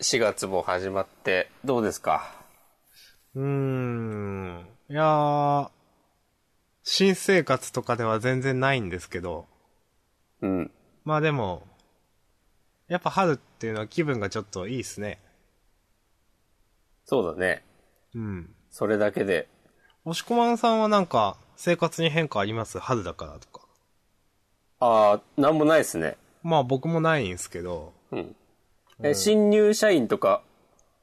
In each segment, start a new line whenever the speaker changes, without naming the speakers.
4月も始まって、どうですか
うーん。いやー、新生活とかでは全然ないんですけど、
うん。
まあでも、やっぱ春っていうのは気分がちょっといいですね。
そうだね。
うん。
それだけで。
押しこまんさんはなんか、生活に変化あります春だからとか。
ああ、なんもないですね。
まあ僕もないんですけど、
うん。え、新入社員とか、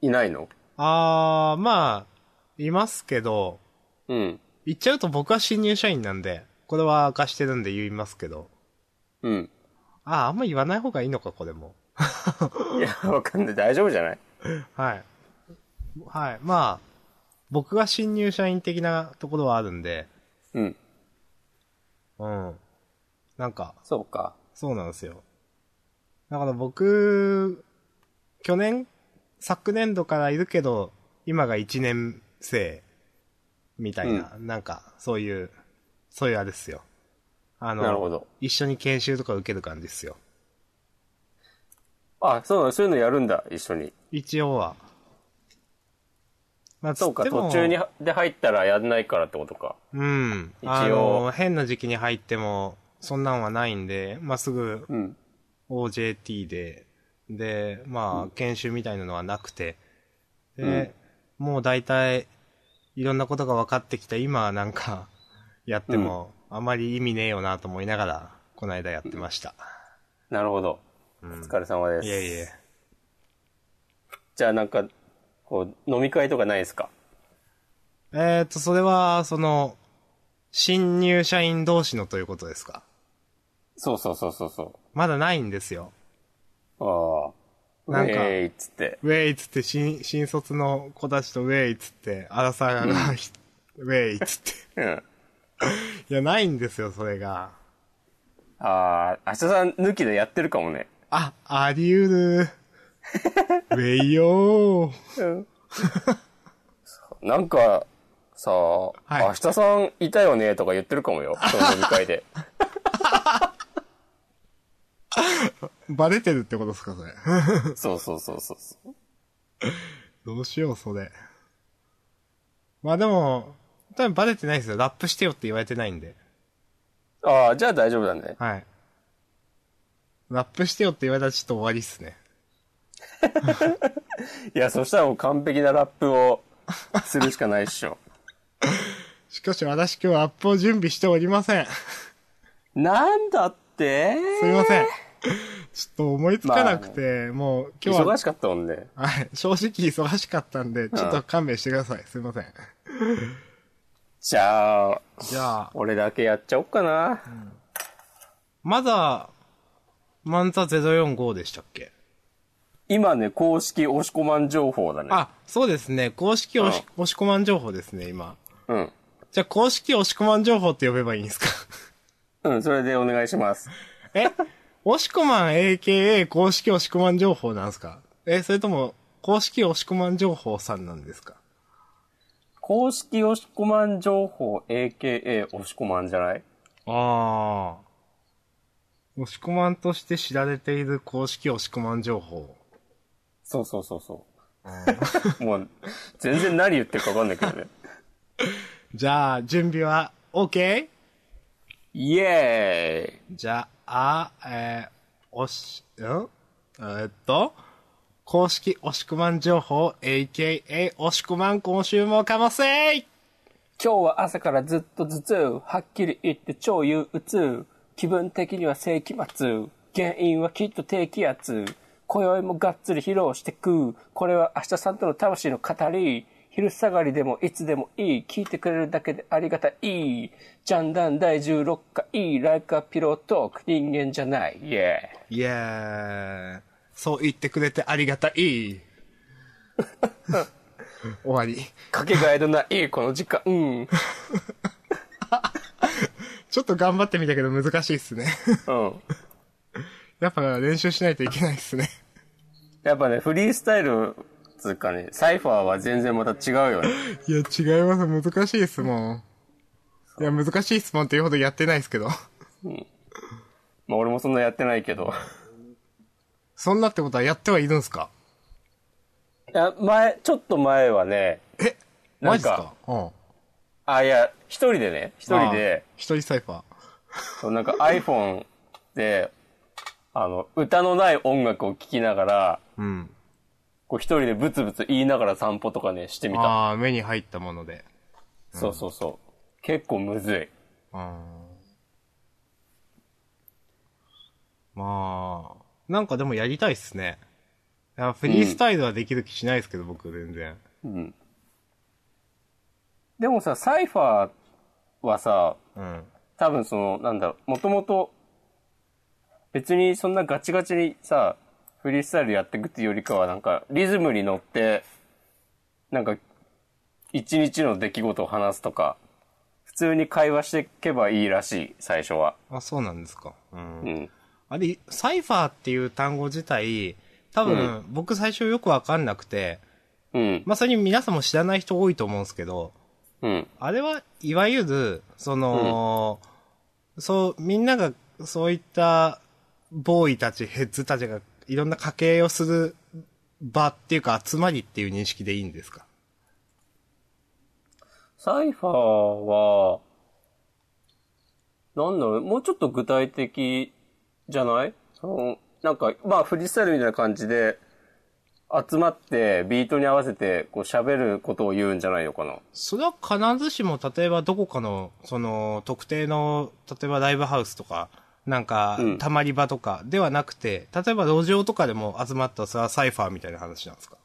いないの
あー、まあ、いますけど、
うん。
言っちゃうと僕は新入社員なんで、これは明かしてるんで言いますけど、
うん。
あー、あんま言わない方がいいのか、これも。
いや、わかんない。大丈夫じゃない
はい。はい。まあ、僕が新入社員的なところはあるんで、
うん。
うん。なんか、
そうか。
そうなんですよ。だから僕、去年、昨年度からいるけど、今が1年生、みたいな、なんか、そういう、そういうあれですよ。あの、
なるほど
一緒に研修とか受ける感じですよ。
あ、そうなの、そういうのやるんだ、一緒に。
一応は。まあ
そうか、
つっても
途中には、で入ったらやんないからってことか。
うん。
一応
あの、変な時期に入っても、そんなんはないんで、まあ、すぐ
うん。
OJT で、で、まあ、研修みたいなのはなくて、で、もう大体、いろんなことが分かってきた今はなんか、 やっても、あまり意味ねえよなと思いながら、この間やってました。
なるほど。お疲れ様です。
いえいえ。
じゃあなんか、こう、飲み会とかないですか
えーと、それは、その、新入社員同士のということですか
そうそうそうそうそ
まだないんですよ。
う。ああ。
なんか
ウェイっつって。
ウェイっつって、新、新卒の子たちとウェイっつって、アラサーが、ひウェイっつっ
うん。
て。いや、ないんですよ、それが。
ああ、明日さん抜きでやってるかもね。
あ、あり得る。ウェイよー。
なんか、さあ、
い
明日さんいたよねとか言ってるかも よ。その飲み会で。
バレてるってことですか、それ。
そうそうそうそうそう。
どうしよう、それ。まあでも、多分バレてないですよ。ラップしてよって言われてないんで。
ああ、じゃあ大丈夫だね。
はい。ラップしてよって言われたらちょっと終わりっすね。
いや、そしたらもう完璧なラップをするしかないっ しょ。
しかし私今日ラップを準備しておりません。
なんだって
すいま せん。ちょっと思いつかなくて、もう今日は
忙しかったもんね。
はい。正直忙しかったんで、ちょっと勘弁してください。すいません。
じゃあ、
じゃあ、
俺だけやっちゃおっかな。
まだ、マンザ045でしたっけ
今ね、公式押し込まん情報だね。
あ、そうですね。公式押し
う
押し込まん情報ですね、今。
うん。
じゃあ、公式押し込まん情報って呼べばいいんです か
うん、それでお願いします。
え押し込まん AKA 公式押し込まん情報なんですかえ、それとも、公式押し込まん情報さんなんですか
公式押し込まん情報 AKA 押し込まんじゃない
あー。押し込まんとして知られている公式押し込まん情報。
そうそうそうそう。 もう、全然何言ってるか分かんないけどね。
じゃあ、準備は OK?
イエ
じゃあ、えー、おし、んえーっと、公式押しくまん情報、AKA 押しくまん今週もかませい
ーイ今日は朝からずっと頭痛。はっきり言って超憂鬱。気分的には世紀末。原因はきっと低気圧。今宵もがっつり披露してく。これは明日さんとの魂の語り。昼下がりでもいつでもいい。聞いてくれるだけでありがたい。ジャンダン第16回。ライカピロートーク。人間じゃない。イエーイ。
イエーイ。そう言ってくれてありがたい。終わり。
かけがえのないこの時間。うん。
ちょっと頑張ってみたけど難しいっすね。
うん。
やっぱ練習しないといけないっすね。
やっぱね、フリースタイル、つうかね、サイファーは全然また違うよね。
いや、違います。難しいっすもん。いや、難しいっすもんっていうほどやってないっすけど。
まあ俺もそんなやってないけど。
そんなってことはやってはいるんすか
や、前、ちょっと前はね、
え
な
マ
ん
ジっ
か
すかうん。
あ、いや、一人でね、一人で
あ、ー。一人サイファー。
そうなんか iPhone で、あの、歌のない音楽を聴きながら、
うん。
こう一人でブツブツ言いながら散歩とかね、してみた。
ああ、目に入ったもので。
そうそうそう。結構むずい。
うん。まあ、なんかでもやりたいっすね。いやフリースタイルはできる気しないですけど、僕全然。
うん。でもさ、サイファーはさ、
うん。
多分その、なんだろう、もともと、別にそんなガチガチにさ、フリースタイルやっていくっていうよりかは、なんか、リズムに乗って、なんか、一日の出来事を話すとか、普通に会話していけばいいらしい、最初は。
あ、そうなんですか。うん。
うん。
あれ、サイファーっていう単語自体、多分、僕最初よくわかんなくて、
うん。
まあ、それに皆さんも知らない人多いと思うんですけど、
うん。
あれは、いわゆる、その、そう、みんなが、そういった、ボーイたち、ヘッズたちが、いろんな家計をする場っていうか、集まりっていう認識でいいんですか
サイファーは、なんだろう、もうちょっと具体的じゃないその、なんか、まあフリースタイルみたいな感じで、集まってビートに合わせてこう喋ることを言うんじゃないのかな。
それは必ずしも、例えばどこかの、その、特定の、例えばライブハウスとか、なんか
うん、
たまり場とかではなくて、例えば路上とかでも集まった、それはサイファーみたいな話なんですか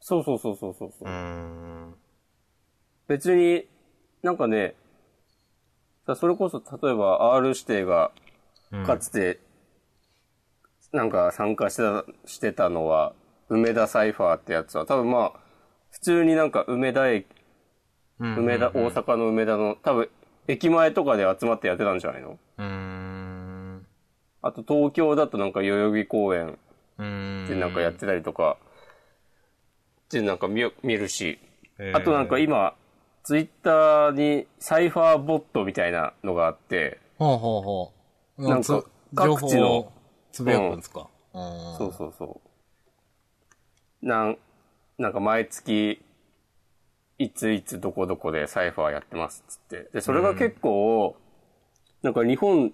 そうそうそうそうそうそう
うーん。
別に、なんかね、さそれこそ例えば R 指定が
うん
かつて、なんか参加してたしてたのは、梅田サイファーってやつは、多分まあ、普通になんか梅田駅、
うん
梅田、大阪の梅田の、多分、駅前とかで集まってやってたんじゃないの
うーん。
あと東京だとなんか代々木公園
うーん。
でなんかやってたりとか、でなんか見よ見るし、
えー
あとなんか今、ツイッターにサイファーボットみたいなのがあって、
ほうほうほう。
なんか各地の
情報をつぶやくんですか。うん
そうそうそう。なん、なんか毎月、いついつどこどこでサイファーやってますっつって。で、それが結構、なんか日本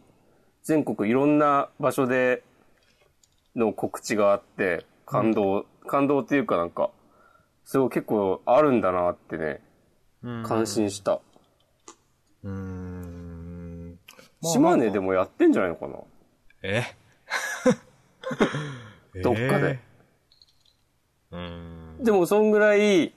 全国いろんな場所での告知があって、感動、感動っていうかなんか、すごい結構あるんだなってね、
うん
感心した。
うーん。
島根で
も。
もやってんじゃないのかな
え
どっかで。
えーうーん。
でもそんぐらい、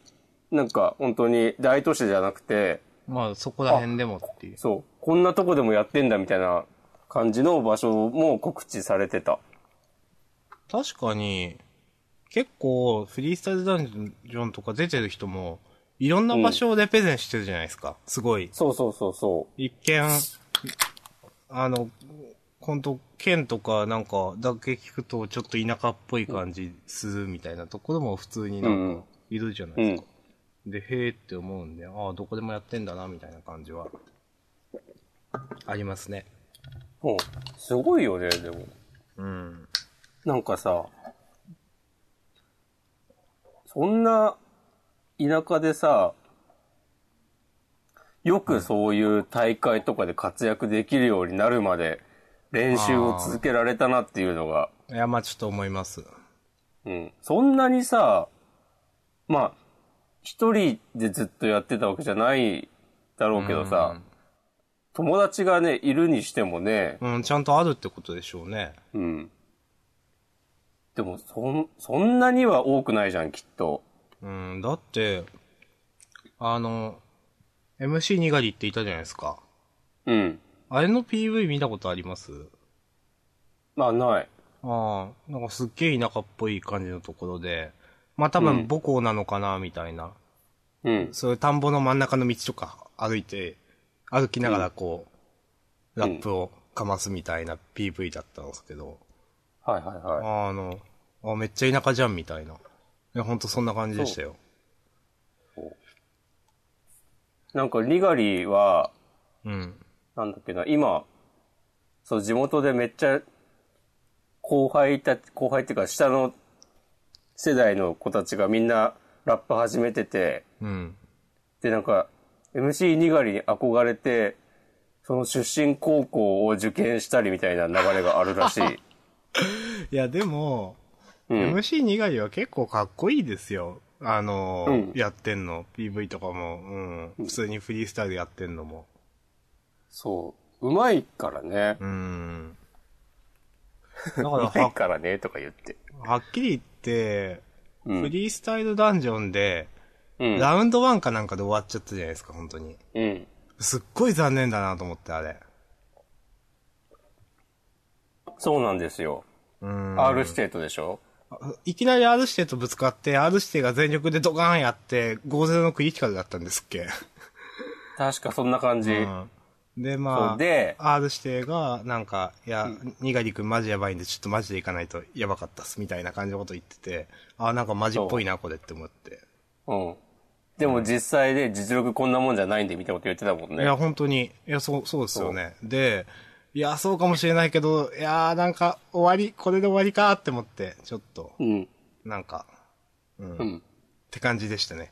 なんか本当に大都市じゃなくて、
まあ、そこら辺でもっていう。
そう。こんなとこでもやってんだみたいな感じの場所も告知されてた。
確かに、結構、フリースタイルダンジョンとか出てる人も、いろんな場所をレペゼンしてるじゃないですか。すごい。
そうそうそうそ
一見、あの、ほんと、県とかなんかだけ聞くとちょっと田舎っぽい感じするみたいなところも普通
う。う
になん
ん。
いるじゃないうです
ん
か。。で、へーって思うんで、ああ、どこでもやってんだな、みたいな感じは、ありますね。
うんすごいよね、でも。
うん。
なんかさ、そんな田舎でさ、よくそういう大会とかで活躍できるようになるまで練習を続けられたなっていうのが、
いや、まあちょっと思います。
うん。そんなにさ、まあ、一人でずっとやってたわけじゃないだろうけどさ、友達がね、いるにしてもね、
うん、ちゃんとあるってことでしょうね。
うん。でも、そん、そんなには多くないじゃん、きっと。
うん、だって、あの、MC にがりっていたじゃないですか。
うん。
あれの PV 見たことあります
まあ、ない。
ああ、なんかすっげえ田舎っぽい感じのところで、まあ多分母校なのかな、みたいな。
うん。
そういう田んぼの真ん中の道とか歩いて、歩きながらこう、ラップをかますみたいな PV だったんですけど、
はいはいはい。
ああの、あめっちゃ田舎じゃん、みたいな。いや、ほんとそんな感じでしたよ。
なんか、リガリは、
うん。
なんだっけな、今、そう、地元でめっちゃ、後輩たち、後輩っていうか、下の世代の子たちがみんなラップ始めてて、
うん。
で、なんか、MC にがりに憧れて、その出身高校を受験したりみたいな流れがあるらしい。
いや、でも、
うん。
MC にがりは結構かっこいいですよ。あのー、
うん
やってんの。PV とかも、うん。普通にフリースタイルやってんのも。
そう。うまいからね。
うん。だから
うまい
は、
からね、とか言って。
はっきり言って、
うん
フリースタイルダンジョンで、
うん。
ラウンド1かなんかで終わっちゃったじゃないですか、本当に。
うん。
すっごい残念だなと思って、あれ。
そうなんですよ。
うん。
R ステートでしょ
いきなり R 指定とぶつかって、R 指定が全力でドカーンやって、50のクリティカルだったんですっけ。
確かそんな感じ。
うんで、
そ
ま
う
あ、
で、
R 指定が、なんか、いや、にがりくんマジやばいんで、ちょっとマジで行かないとやばかったっす、みたいな感じのこと言ってて、あーなんかマジっぽいな、これって思って。
うん。でも実際で実力こんなもんじゃないんでみたいなこと言ってたもん
い
ね
や、。本当に。いや、そう、そうですよね。で、いや、そうかもしれないけど、いやー、なんか、終わり、これで終わりかーって思って、ちょっと、
うん。
なんか、うん。
うん
って感じでしたね。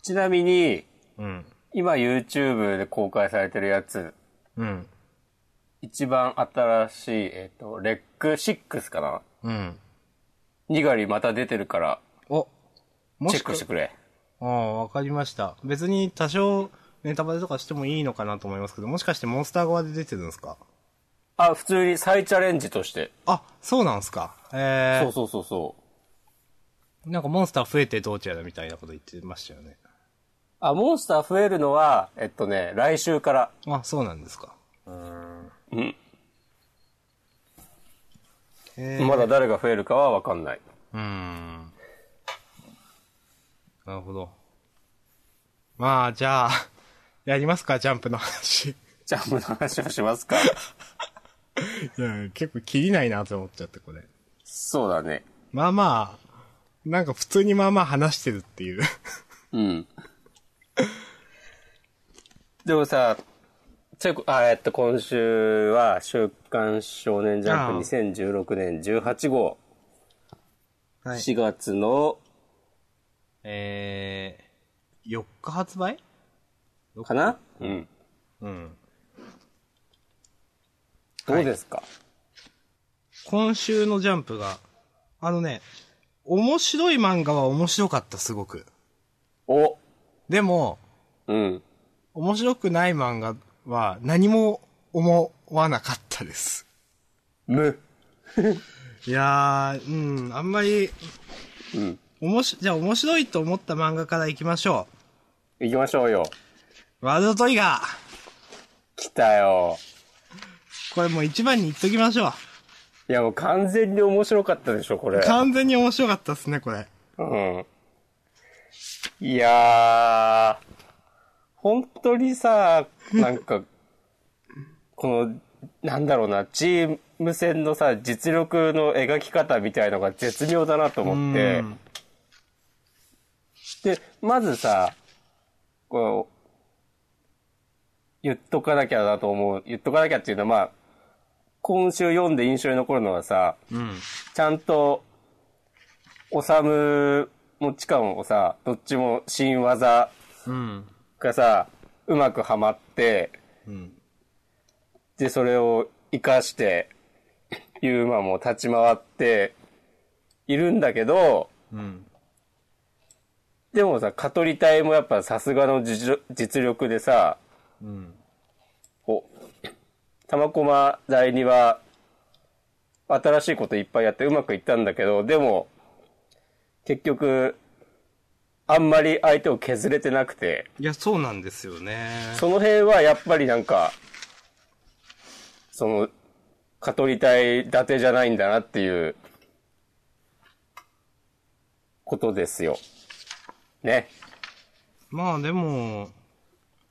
ちなみに、
うん。
今 YouTube で公開されてるやつ、
うん。
一番新しい、えっ、と、レック6かな
うん。
にがりまた出てるから、
お、も
チェッ
し
ク
か
してくれ。
ああ、わかりました。別に多少、ネタバレとかしてもいいのかなと思いますけど、もしかしてモンスター側で出てるんですか
あ、普通に再チャレンジとして。
あ、そうなんですか。え
そう
ー、
そうそうそう。
なんかモンスター増えてどうちゃらみたいなこと言ってましたよね。
あ、モンスター増えるのは、えっとね、来週から。
あ、そうなんですか。
うん。
えー、
まだ誰が増えるかはわかんない。
うーん。なるほど。まあ、じゃあ、やりますか、ジャンプの話。
ジャンプの話をしますか。
いや、結構切りないなと思っちゃって、これ。
そうだね。
まあまあ、なんか普通にまあまあ話してるっていう。
うん。でもさ、ちょいこ、あ、えっと、今週は、週刊少年ジャンプ2016年18号、
は
4月の、
えー、4日発売
かなうん。
うん。
どうですか、
今週のジャンプが、あのね、面白い漫画は面白かった、すごく。
お、
でも、
うん。
面白くない漫画は何も思わなかったです。
む。
いやー、うん、あんまり、
うん。
おもし、じゃあ面白いと思った漫画から行きましょ
行きましょうよ。
う。ワールドトリガー
来たよ。
これもう一番に言っときましょ
いや、もう完全に面白かったでしょ、これ。
う。完全に面白かったっすね、これ。
うん。いやー、本当にさ、なんか、 この、なんだろうな、チーム戦のさ、実力の描き方みたいのが絶妙だなと思って
う、ん
で、まずさ、こう、言っとかなきゃだと思う。言っとかなきゃっていうのは、まあ、今週読んで印象に残るのはさ、
うん。
ちゃんと、おさむもちかもをさ、どっちも新技
うん。
がさ、うまくはまって、
うん。
で、それを活かして、ユーマも立ち回っているんだけど、
うん。
でもさ、カトリ隊もやっぱさすがの実力実力でさ、
うん。
こう、玉駒第二は、新しいこといっぱいやってうまくいったんだけど、でも、結局、あんまり相手を削れてなくて、
いや、そうなんですよね。
その辺はやっぱりなんか、その、蚊取り隊伊達じゃないんだなっていう、ことですよ。ね。
まあでも、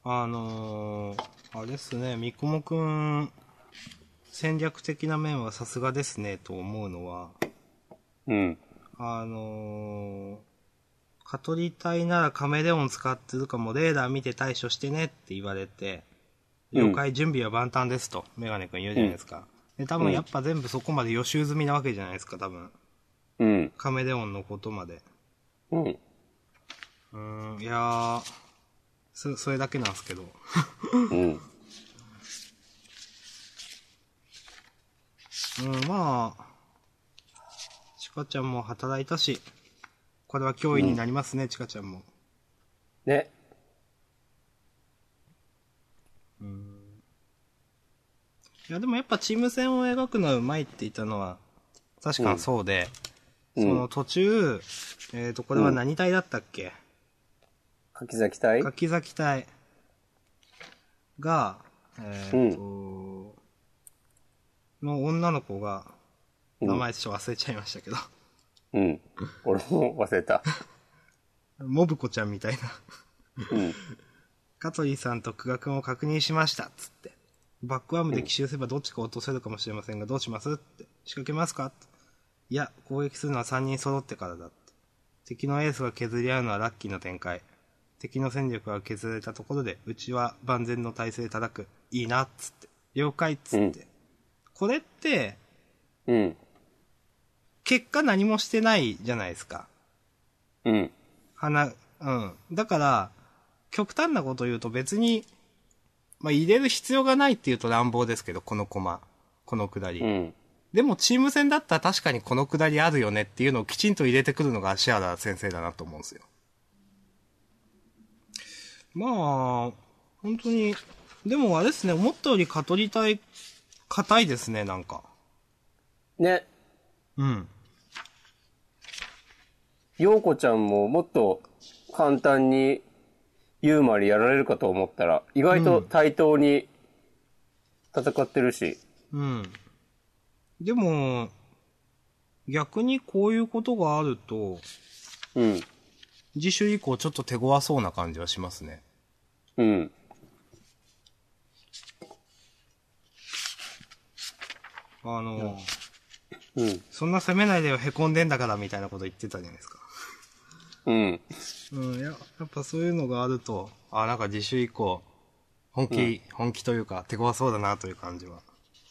あのーあれですね、三雲くん、戦略的な面はさすがですね、と思うのは、
うん。
あのー、カトリ隊ならカメレオン使ってるかもレーダー見て対処してねって言われて、
うん
了解準備は万端ですと、メガネくん言うじゃないですか。で、多分やっぱ全部そこまで予習済みなわけじゃないですか、多分。
うん。
カメレオンのことまで。
うん。
うーん、いやー、そ、それだけなんですけど。
うん。
うん、まあ、チカちゃんも働いたし、これは脅威になりますね、チカちゃんも。
ね。
いや、でもやっぱチーム戦を描くのはうまいって言ったのは、確かにそうで、
うん
その途中、えっ、と、これは何隊だったっけ、
柿崎隊
柿崎隊が、えっ、と、の女の子が、
うん
名前ちょっと忘れちゃいましたけど、
うん。俺も忘れた。
モブコちゃんみたいな。
うん。
カトリーさんと久我君を確認しました、つって。バックアームで奇襲すればどっちか落とせるかもしれませんが、どうしますって。仕掛けますかっていや、攻撃するのは3人揃ってからだって。敵のエースが削り合うのはラッキーな展開。敵の戦力が削られたところで、うちは万全の体制で叩く。いいな、つって。了解、つって。
うん
これって、
うん。
結果何もしてないじゃないですか。
うん。
花、うん。だから、極端なこと言うと別に、まあ、入れる必要がないっていうと乱暴ですけど、このコマ。このくだり。
うん。
でもチーム戦だったら確かにこのくだりあるよねっていうのをきちんと入れてくるのが芦原先生だなと思うんですよ。まあ、本当に、でもあれですね、思ったより蚊取り隊、硬いですね、なんか。
ね。
うん。
ようこちゃんももっと簡単にユーマにやられるかと思ったら、意外と対等に戦ってるし。
うん。でも、逆にこういうことがあると、
うん。
次週以降ちょっと手強そうな感じはしますね。
うん。
あの、
うん。
そんな攻めないでよ、凹んでんだからみたいなこと言ってたじゃないですか。
うん。
うん、ややっぱそういうのがあると、あ、なんか次週以降、本気、本気というか、手強そうだなという感じは。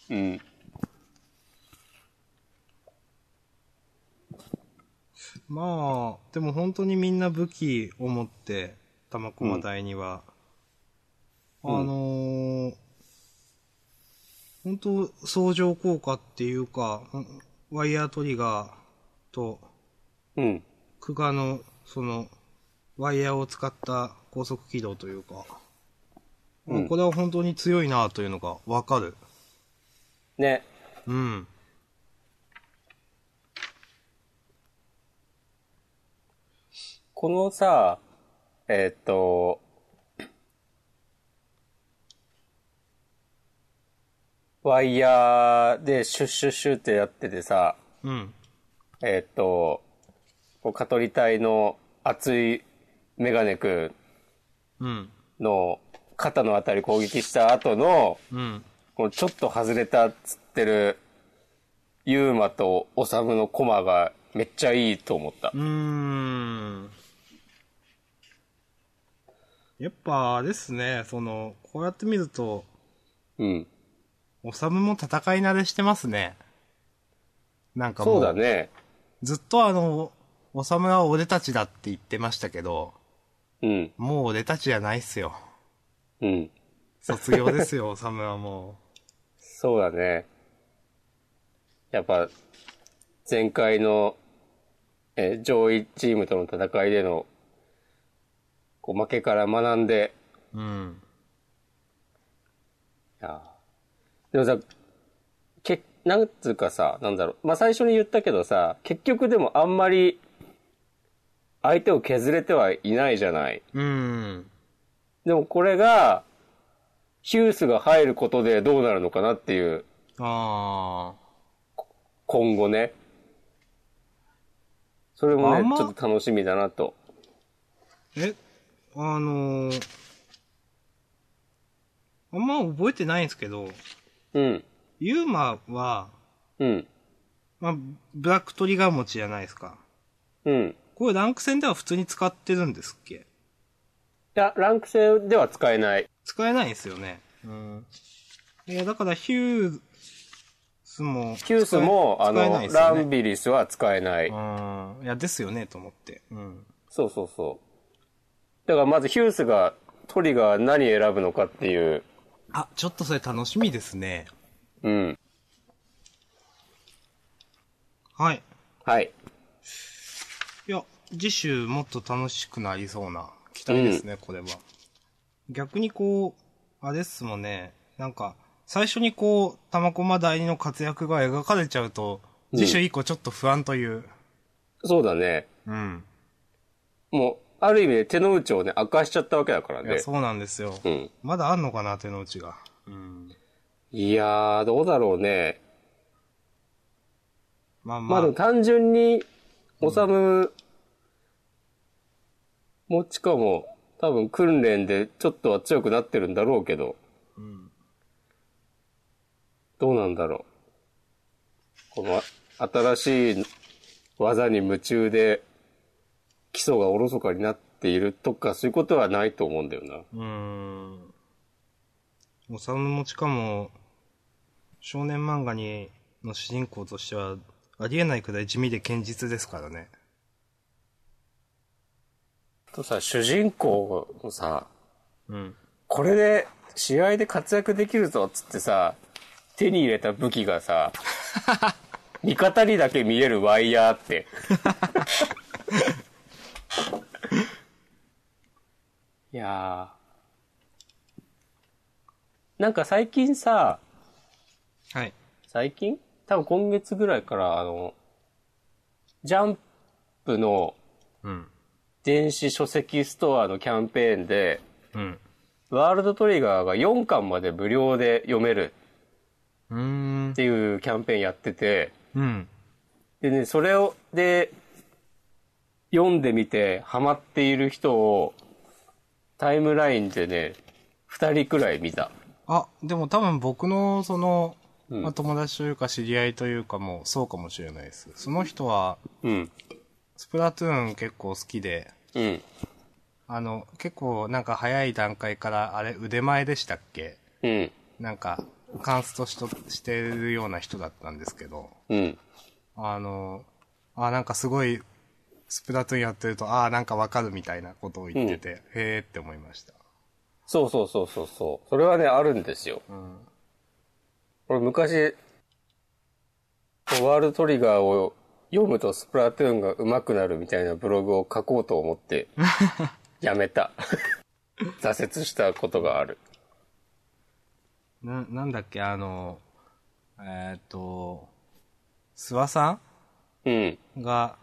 うん。
まあ、でも本当にみんな武器を持って、玉駒隊には、
うん
あのー本当相乗効果っていうか、うんワイヤートリガーと、
うん。
クガの、その、ワイヤーを使った高速軌道というか、
うん
これは本当に強いなというのがわかる。
ね。
うん。
このさ、えーっと、ワイヤーでシュッシュッシュッってやっててさ、
うん。
えーっと、こうカトリ隊の熱いメガネく
うん。
んの肩のあたり攻撃した後の、
うん。
このちょっと外れたっつってる、ユーマとオサムのコマがめっちゃいいと思った
う。ーん。やっぱですね、その、こうやって見ると、
うん。
オサムも戦い慣れしてますね。なんかもう、
そうだね。
ずっとあの、オサムは俺たちだって言ってましたけど、
うん。
もう俺たちじゃないっすよ。
うん。
卒業ですよ、オ サムはも
そうだね。やっぱ、前回の、えー、上位チームとの戦いでの、こう、負けから学んで、
う。うん。
いやーでもさ、け、なんつうかさ、なんだろう。まあ、最初に言ったけどさ、結局でもあんまり、相手を削れてはいないじゃない。
うん。
でもこれが、ヒュースが入ることでどうなるのかなっていう、
あ
今後ね。それも
あ
ね、
んま
ちょっと楽しみだなと。
ー。え、あのー、あんま覚えてないんですけど、
うん。
ユーマは、
うん。
まあ、ブラックトリガー持ちじゃないですか。
うん。い
これランク戦では普通に使ってるんですっけ
や、ランク戦では使えない。
使えないんですよね。うん。いや、だからヒューススも使
ヒ
え。
ュースも、あ
使えな
の、
いです
ラ
よ
ン
ね。
ビリスは使えない。
うん。いや、ですよね、と思って。うん。
そうそうそう。だからまずヒュースが、トリガー何選ぶのかっていう。
あ、ちょっとそれ楽しみですね。
うん。
はい。
はい。
いや、次週もっと楽しくなりそうな期待ですね、これは。逆にこう、あれっすもんね、なんか、最初にこう、玉駒第二の活躍が描かれちゃうと、
うん
次週以降ちょっと不安という。
そうだね。
うん。
もう、ある意味で手の内をね、明かしちゃったわけだから
いや、
ね。
そうなんですよ。
うん。
まだあんのかな、手の内が。うん。
いやー、どうだろうね。
まあ
ま
ま
あ
あ
でも、単純に、おさむ、もちかも、多分訓練でちょっとは強くなってるんだろうけど、
うん
どうなんだろう。この、新しい技に夢中で、基礎がおろそかになっているとか、そういうことはないと思うんだよな。
うーん。おさむもちかも、少年漫画に、の主人公としては、ありえないくらい地味で堅実ですからね。
あとさ、主人公もさ、
うん。
これで試合で活躍できるぞっつってさ手に入れた武器がさ味方にだけ見えるワイヤーっていやーなんか最近さ
はい。
最近多分今月ぐらいからあのジャンプの
うん。
電子書籍ストアのキャンペーンで
うん。
ワールドトリガーが4巻まで無料で読める
うーん
っ。ていうキャンペーンやってて、
うん。
でね、それを、で、読んでみて、ハマっている人を、タイムラインでね、二人くらい見た。
あ、でも多分僕の、その、
うん
まあ、友達というか知り合いというかもうそうかもしれないです。その人は、
うん。
スプラトゥーン結構好きで、
うん。
あの、結構なんか早い段階から、あれ腕前でしたっけ
うん。
なんか、カンストしとしてるような人だったんですけど、
うん。
あの、あ、なんかすごい、スプラトゥーンやってると、ああ、なんかわかるみたいなことを言ってて、へーって思いました。
そうそうそうそうそう。それはね、あるんですよ。
うん。
俺昔、ワールドトリガーを読むとスプラトゥーンが上手くなるみたいなブログを書こうと思って、やめた。挫折したことがある。
な、なんだっけ、あの、えーっと、諏訪さ
うん。
んが、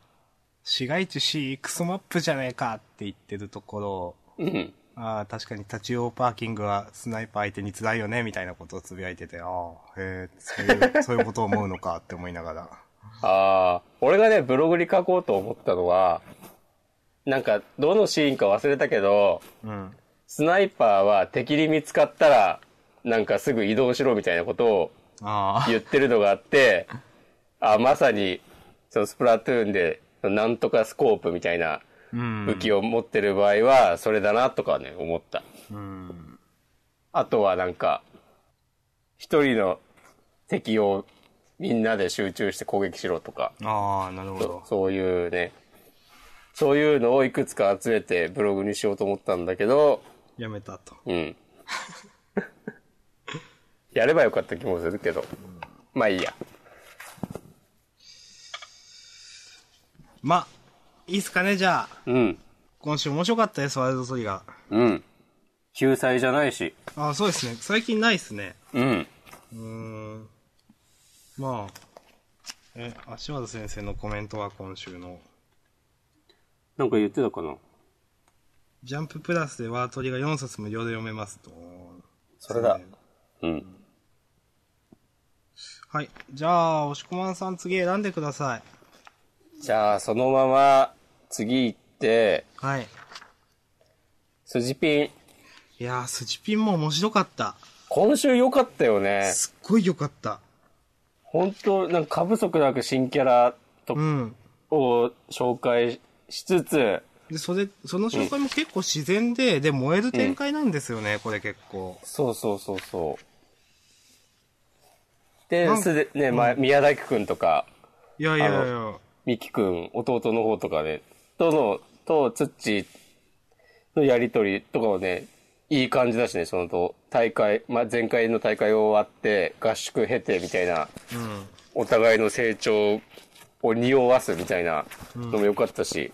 市街地 C クソマップじゃねえかって言ってるところを、
うん。
ああ、確かに立ち用パーキングはスナイパー相手に辛いよね、みたいなことをつぶやいてて、ああ、へえ、そういう、 そういうことを思うのかって思いながら。
ああ、俺がね、ブログに書こうと思ったのは、なんか、どのシーンか忘れたけど、
うん。
スナイパーは敵に見つかったら、なんかすぐ移動しろみたいなことを
ああ、
言ってるのがあって、あまさに、そのスプラトゥーンで、なんとかスコープみたいな
うん。
武器を持ってる場合は、それだなとかね、思った。
うん。
あとはなんか、一人の敵をみんなで集中して攻撃しろとか。
ああ、なるほど。
そういうね、そういうのをいくつか集めてブログにしようと思ったんだけど、
やめたと。
うん。 やればよかった気もするけど。まあいいや。
ま、いいっすかね、じゃあ。
うん。
今週面白かったです、ワイルドソリが。
うん。救済じゃないし。
ああ、そうですね。最近ないっすね。
うん。
うーんまあ、え、足技先生のコメントは今週の、
なんか言ってたかな
ジャンププラスでワートリが4冊無料で読めますと。
それだ。うん。
はい。じゃあ、押し込まんさん次選んでください。
じゃあ、そのまま、次行って、
はい。
スジピン。
いやー、スジピンも面白かった。
今週良かったよね。
すっごい良かった。
本当なんか過不足なく新キャラと
うん。
を紹介しつつ、
で、それ、その紹介も結構自然で、で、燃える展開なんですよね、これ結構。
そうそうそうそう。で、
なん
すで、ね、まあ、宮崎くんとか、
いやいやいや、
みきくん、弟の方とかね、との、と、つっちのやりとりとかもね、いい感じだしね、そのと、大会、まあ、前回の大会終わって、合宿経て、みたいな、お互いの成長を匂わすみたいなのも良かったし、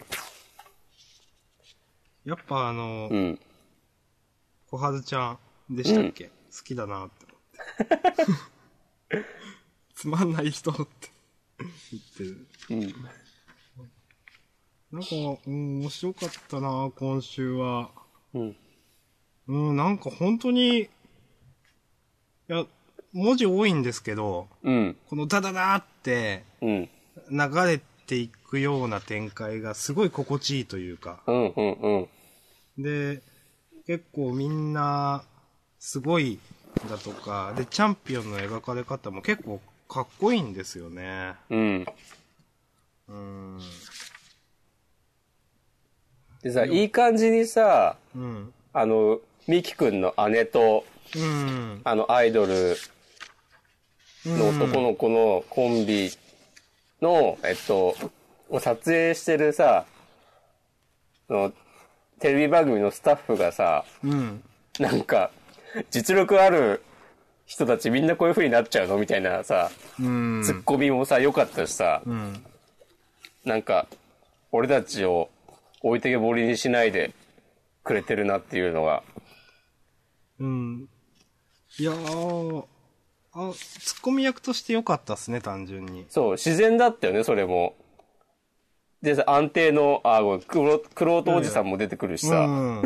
やっぱあの
う、ん。
小はずちゃんでしたっけ、好きだなって思って。 つまんない人って言ってる。
うん。
なんか、うん、面白かったな、今週は。
うん。
うん、なんか本当に、いや、文字多いんですけど、
うん。
このダダダーって
うん。
流れていくような展開がすごい心地いいというか。
うん。うん。うん。
で、結構みんな、すごいだとか、で、チャンピオンの描かれ方も結構かっこいいんですよね。
うん。
うん。
でさ、いい感じにさ、
うん。
あの、みきくんの姉と、
うん。
あの、アイドルの男の子のコンビの、えっと、を撮影してるさ、そのテレビ番組のスタッフがさ、
うん。
なんか、実力ある人たちみんなこういう風になっちゃうのみたいなさ、
うん。
ツッコミもさ、良かったしさ、
うん。
なんか、俺たちを置いてけぼりにしないでくれてるなっていうのが、
うん。いやー、あ、ツッコミ役として良かったっすね、単純に。
そう、自然だったよね、それも。でさ、安定の、あ、ごめん黒、黒人おじさんも出てくるし
う
さ、
ん。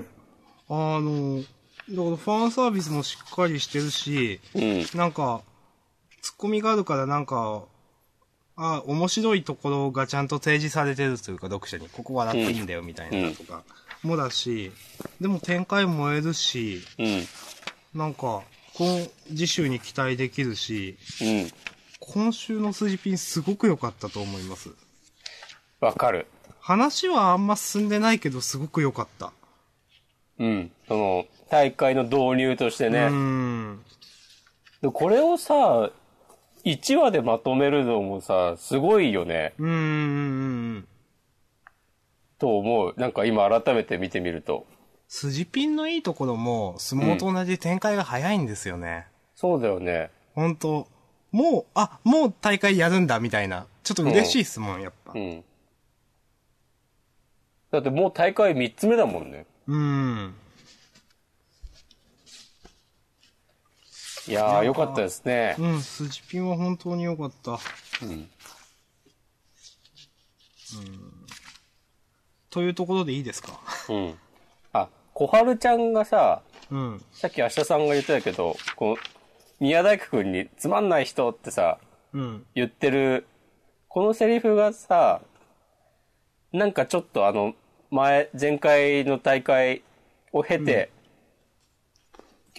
あの、だからファンサービスもしっかりしてるし、
うん。
なんか、ツッコミがあるからなんか、あ、面白いところがちゃんと提示されてるというか、読者に、ここ笑っていいんだよみたいなとか、もだし、でも展開燃えるし、
うん。
なんか、今、次週に期待できるし、
うん。
今週の筋ピンすごく良かったと思います。
わかる。
話はあんま進んでないけど、すごく良かった。
うん。その、大会の導入として
うー
ね。
ん。
でこれをさ、1話でまとめるのもさ、すごいよね、
うーん。
と思う。なんか今改めて見てみると。
筋ピンのいいところも、相撲と同じ展開が早いんですよね。
そうだよね。
本当もう、あ、もう大会やるんだ、みたいな。ちょっと嬉しいっすもん、やっぱ
う。ん。だってもう大会3つ目だもんね。
うん。
いやー、よかったですね。
うん、スジピンは本当に良かった。
うん。
というところでいいですか
うん。あ、小春ちゃんがさ、
うん。
さっき明日さんが言ってたけど、この、宮大工くんにつまんない人ってさ、
うん。
言ってる、このセリフがさ、なんかちょっとあの、前、前回の大会を経て、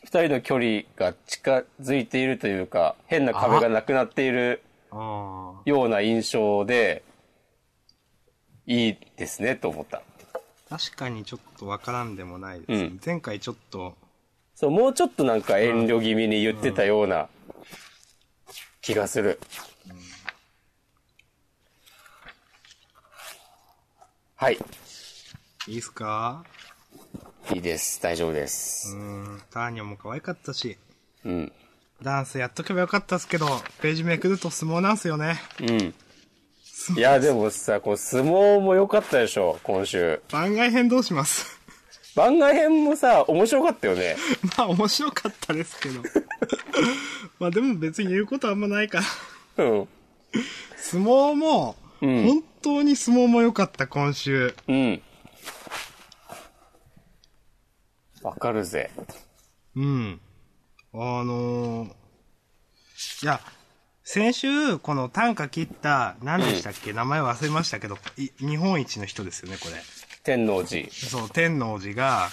二、人の距離が近づいているというか、変な壁がなくなっている
ああ。
ような印象で、いいですね、と思った。
確かにちょっとわからんでもないです、ね
うん
前回ちょっと、
そう、もうちょっとなんか遠慮気味に言ってたような気がする。はい。
いいっすか
いいです。大丈夫です
う。ん。ターニャも可愛かったし、
うん。
ダンスやっとけばよかったっすけど、ページめくると相撲なんすよね。
うん。いや、でもさ、こう、相撲も良かったでしょ、今週。
番外編どうします
番外編もさ、面白かったよね。
まあ面白かったですけど。 まあでも別に言うことあんまないから。
うん。
相撲も、
うん
本当に相撲も良かった、今週。
うん。わかるぜ。
うん。あのー、いや、先週、この短歌切った、何でしたっけ、名前忘れましたけど、い日本一の人ですよね、これ。
天王寺。
そう、天王寺が、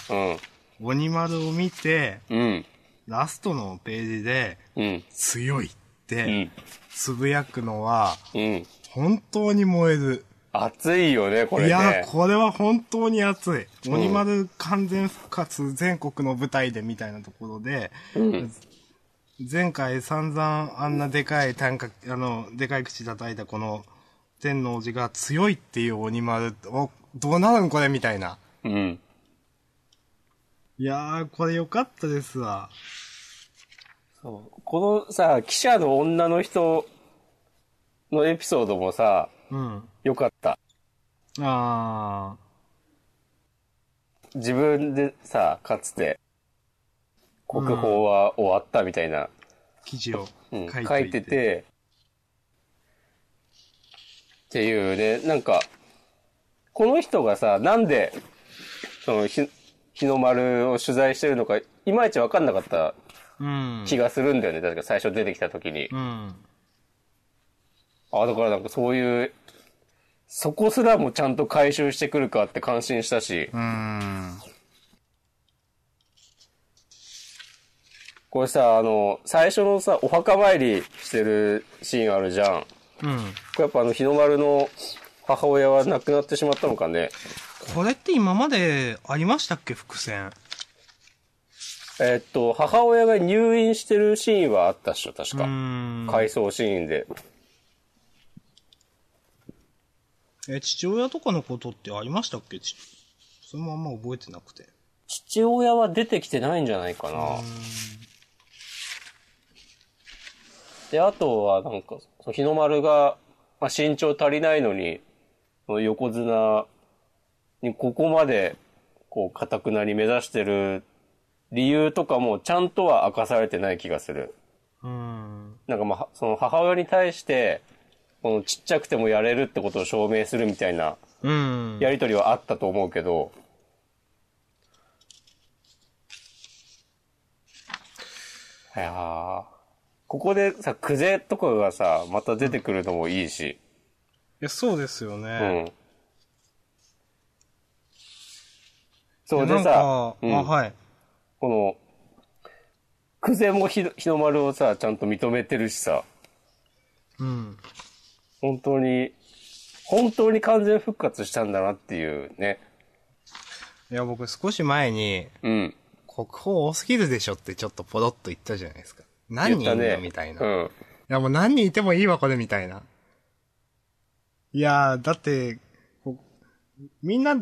鬼丸を見て、
うん。うん。
ラストのページで、
うん。
強いっ
う
て
ん、。
つぶやくのは、
うん。
本当に燃える。
熱いよね、これね。
いや、これは本当に熱い。鬼丸完全復活全国の舞台でみたいなところで、前回散々あんなでかい短歌、あの、でかい口叩いたこの天王寺が強いっていう鬼丸、お、どうなるんこれみたいな。
うん。
いやー、これ良かったですわ。
そう。このさ、記者の女の人のエピソードもさ、
うん。
良かった。
あ
自分でさ、かつて、国宝は終わったみたいな、
ー、記事を
う
書い
ん
て,、
書いて。て、っていうね、なんか、この人がさ、なんで、その、ひ、日の丸を取材してるのか、いまいちわかんなかった
うん。
気がするんだよね。確か最初出てきた時に。
うん。
あ、だからなんかそういう、そこすらもちゃんと回収してくるかって感心したし、
うん。
これさ、あの、最初のさ、お墓参りしてるシーンあるじゃん。
うん。
これやっぱあの、日の丸の母親は亡くなってしまったのかね。
これって今までありましたっけ伏線。
えっと、母親が入院してるシーンはあったっしょ、確
う
か。
ん。
回想シーンで。
え、父親とかのことってありましたっけちそれもあんま覚えてなくて。
父親は出てきてないんじゃないかな。で、あとは、なんか、その日の丸が、まあ、身長足りないのに、その横綱にここまで、こう、かたくなに目指してる理由とかも、ちゃんとは明かされてない気がする。
うん。
なんかまあ、その母親に対して、このちっちゃくてもやれるってことを証明するみたいな
うん。
やりとりはあったと思うけど、いやーここでさ、クゼとかがさ、また出てくるのもいいし、
いや、そうですよ
う
ね。
ん。そう
いや
で
なん
さ
か、、
うん
あ、はい。
この、クゼもひ日の丸をさ、ちゃんと認めてるしさ、
うん。
本当に、本当に完全復活したんだなっていうね。
いや、僕少し前に、
うん。
国宝多すぎるでしょってちょっとポロッと言ったじゃないですか。
言
何
っ
人
た
いる
ね
の。みたいな。
う
い
ん。
や、もう何人いてもいいわ、これ、みたいな。いやー、だって、こみんな、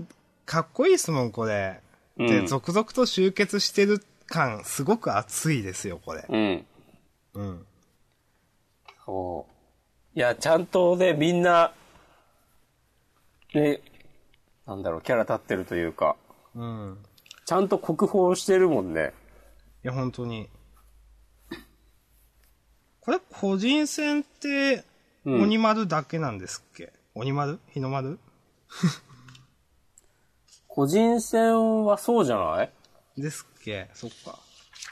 かっこいいですもん、これ。で、
うん
続々と集結してる感、すごく熱いですよ、これ。
うん。
うん。
そう。いや、ちゃんとね、みんな、ね、なんだろう、キャラ立ってるというか、
うん。
ちゃんと国宝してるもんね。
いや、本当に。これ、個人戦って、
うん
鬼丸だけなんですっけ、鬼丸日の丸
個人戦はそうじゃない
ですっけそっか。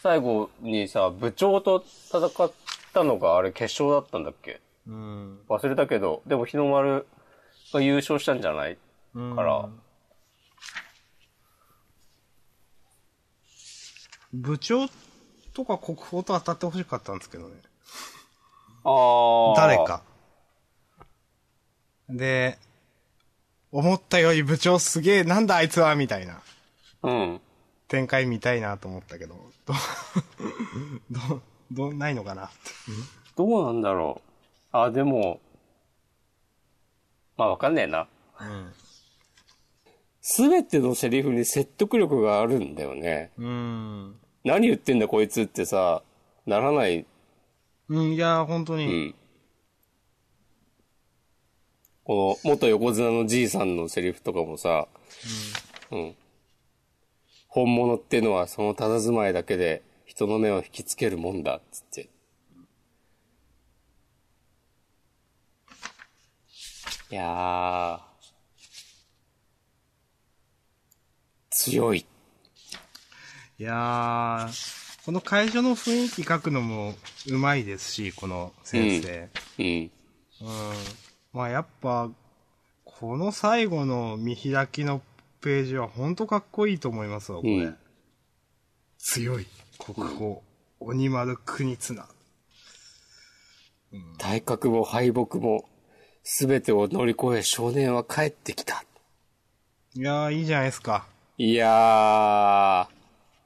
最後にさ、部長と戦ったのがあれ決勝だったんだっけ
うん。
忘れたけど、でも日の丸が優勝したんじゃない
うん
から、
部長とか国宝と当たってほしかったんですけどね。
ああ。
誰。か。で、思ったより部長すげえ、なんだあいつはみたいな
うん。
展開見たいなと思ったけど、ど、 ど、ど、ないのかなって
どうなんだろう。あ、でも、まあわかんねえな。すべてのセリフに説得力があるんだよね。
うん。
何言ってんだこいつってさ、ならない。
うん、いや、本当
う
に。
ん。この、元横綱のじいさんのセリフとかもさ、うん。本物ってのはその佇まいだけで人の目を引きつけるもんだ、つって。いやー。強い。
いやー、この会場の雰囲気書くのもうまいですし、この先生。
うん。
うん。まあやっぱ、この最後の見開きのページは本当かっこいいと思いますわ、こ
う
れ。
ん。
強い、国宝、鬼丸国綱。
体格も敗北も、すべてを乗り越え少年は帰ってきた。
いやー、いいじゃないですか。
いや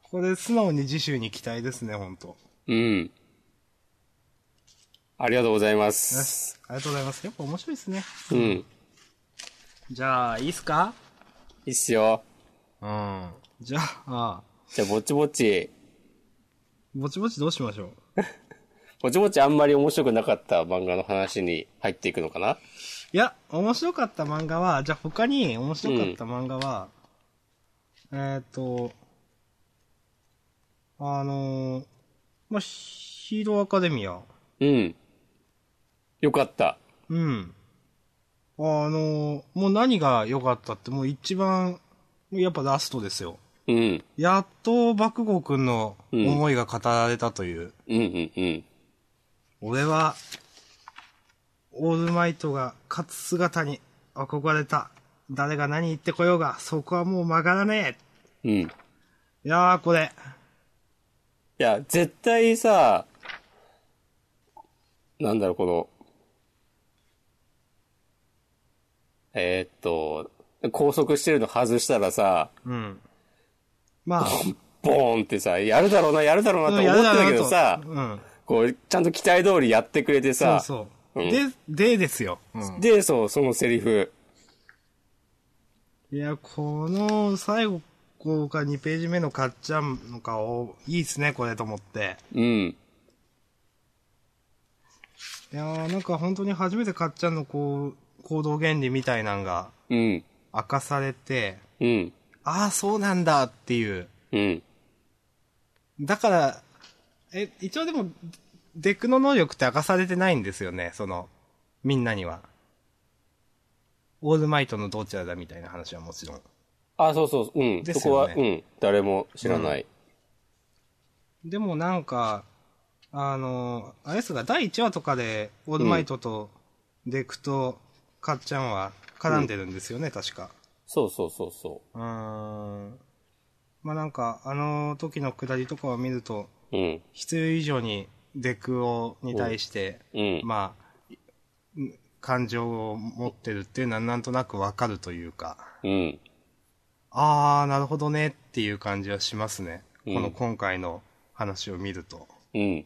これ素直に次週に期待ですね、本当
ー、うん。ありがとうございます。
ありがとうございます。やっぱ面白いですね。
うん。い
じゃあ、いいっすか
いっすよ。
うん。じゃあ、
じゃあ、ぼちぼち。
ぼちぼちどうしましょう。
ぼちぼちあんまり面白くなかった漫画の話に入っていくのかない
や、面白かった漫画は、じゃあ他に面白かった漫画は、えーっ、と、あのーまあ、ヒーローアカデミア。
うん。よかった。
うん。あのーもう何が良かったって、もう一番、やっぱラストですよ。
うん。
やっと、爆豪くんの思いが語られたという。
うんうんうん。
俺は、オールマイトが勝つ姿に憧れた。誰が何言ってこようが、そこはもう曲がらね
うん。い
え。いやー、これ。
や、絶対さ、なんだろう、この、えーっと、拘束してるの外したらさ、
うん。まあ、
ボーンってさ、やるだろうな、やるだろうなって
や
思っ
るだ
て
ろ
た
う
け
な
ど
と
さ、
うん。
こう、ちゃんと期待通りやってくれて
そ
さ、
うそう。
うん
で、でですよ。うん
で、そう、そのセリフ。
いや、この最後か2ページ目のかっちゃんの顔、いいっすね、これと思って。
うん。
いやー、なんか本当に初めてかっちゃんのこう、行動原理みたいなんが
うん。
明かされて、
うん。
ああ、そうなんだっていう。
うん。
だから、え、一応でも、デックの能力って明かされてないんですよね、その、みんなには。オールマイトのどちらだみたいな話はもちろん。
あ、そうそう、うん。
ですよ
そこは、
ね
うん。誰も知らない。
でもなんか、あの、あれですが、第1話とかで、オールマイトと、デクと、カッちゃんは絡んでるんですよね、確か。
そうそうそうそう
ーん。まあなんか、あの時の下りとかを見ると、
う。うん。
必要以上にデクを、に対して、
うん。
まあ、ん感情を持ってるっていうのはなんとなくわかるというか、
うん。
あー、なるほどねっていう感じはしますね。
うん
この今回の話を見ると。
うん。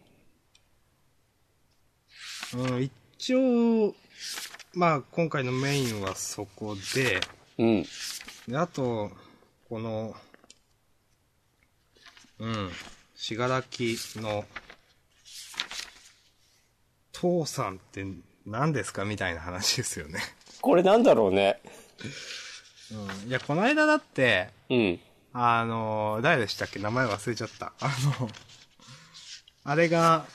うん、一応、まあ、今回のメインはそこで、
うん。
であと、この、うん、しがらきの、父さんって何ですかみたいな話ですよね。
これなんだろうね。
うん、いや、この間だって、
うん。
あのー、誰でしたっけ名前忘れちゃった。あの、あれが、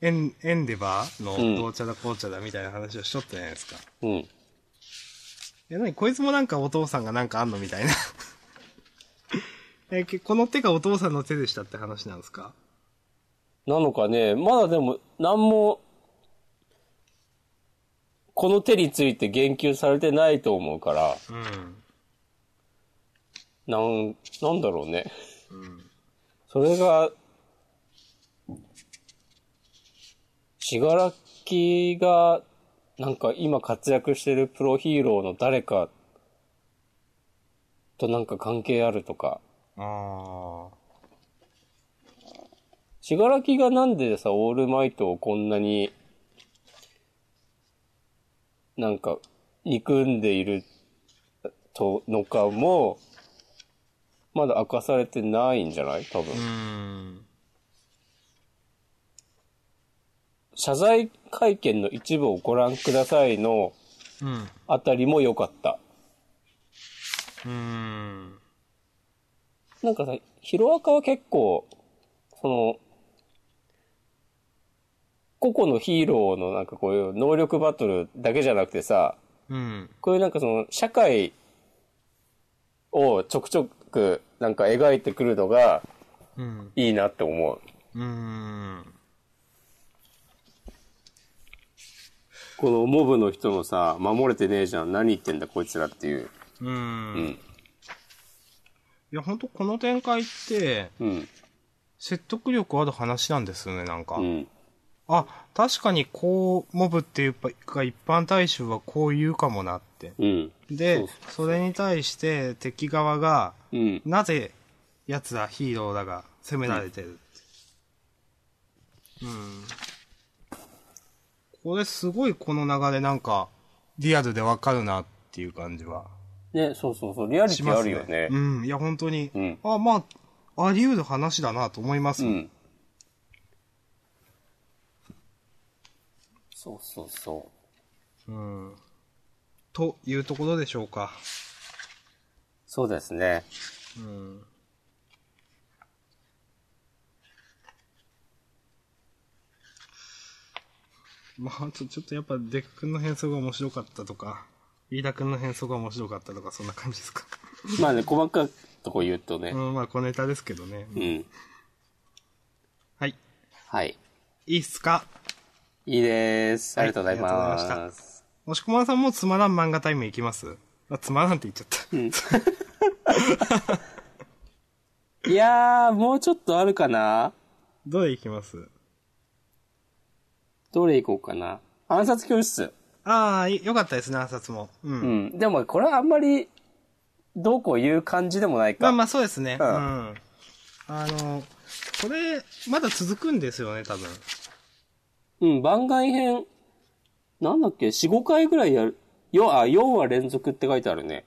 エン、エンデバー
うん
の、どうちゃだこうちゃだみたいな話をしとったじゃないですか。
うん。
え、なに、こいつもなんかお父さんがなんかあんのみたいな。 え、けこの手がお父さんの手でしたって話なんですか
なのかね、まだでも、何も、この手について言及されてないと思うから、
うん。
なん、なんだろうね。それが、しがらきが、なんか今活躍してるプロヒーローの誰かとなんか関係あるとか、
あ
しがらきがなんでさ、オールマイトをこんなに、なんか、憎んでいるとのかも、まだ明かされてないんじゃない多分。
あ。うん。
謝罪会見の一部をご覧くださいの
うん。
あたりも良かった。
うん。
なんかさ、ヒロアカは結構、その、個々のヒーローのなんかこういう能力バトルだけじゃなくてさ、
うん。
こういうなんかその社会をちょくちょくなんか描いてくるのが
うん。
いいなって思う。
うん。
このモブの人のさ、守れてねえじゃん、何言ってんだこいつらっていう。
うん。
ん
いや、ほんとこの展開って、
うん。
説得力ある話なんですよね、なんか。
うん。
あ、確かにこう、モブっていうか一般大衆はこう言うかもなって。
うん。そ
で
うそ、
それに対して敵側が、
うん。
なぜ奴らヒーローだが責められてるって。うん。これすごいこの流れなんか、リアルでわかるなっていう感じは
ね、そうそうそう、リアリテ
しま
ィあ
す
る
ね。
よね。
うん。いや、本当に、
ん
あ、まあ、あり得る話だなと思います。
うん。そうそうそ
うんというところでしょうか。
う。そうですね。
うん。まあ、あとちょっとやっぱ、デク君の変装が面白かったとか、飯田君の変装が面白かったとか、そんな感じですか。
まあね、細かいとこ言うと
う
ね。
ん、まあ、小ネタですけどね。
うん。
はい。
はい。
いいっすか
いいです。ありがとうござい
はいあ
ま。
りがとうございますもしこまさんもつまらん漫画タイムいきますあ、つまらんって言っちゃった。
いやー、もうちょっとあるかな
どれいきます
どれ行こうかな。暗殺教室。
ああ、いよかったですね、暗殺も。う。
うんん。でも、これはあんまり、どうこう言う感じでもないか。
まあまあ、そうですね。う。
うんん
あの、これ、まだ続くんですよね、多分。
うん、番外編、なんだっけ、4、5回ぐらいやる。よ、あ、4話連続って書いてあるね。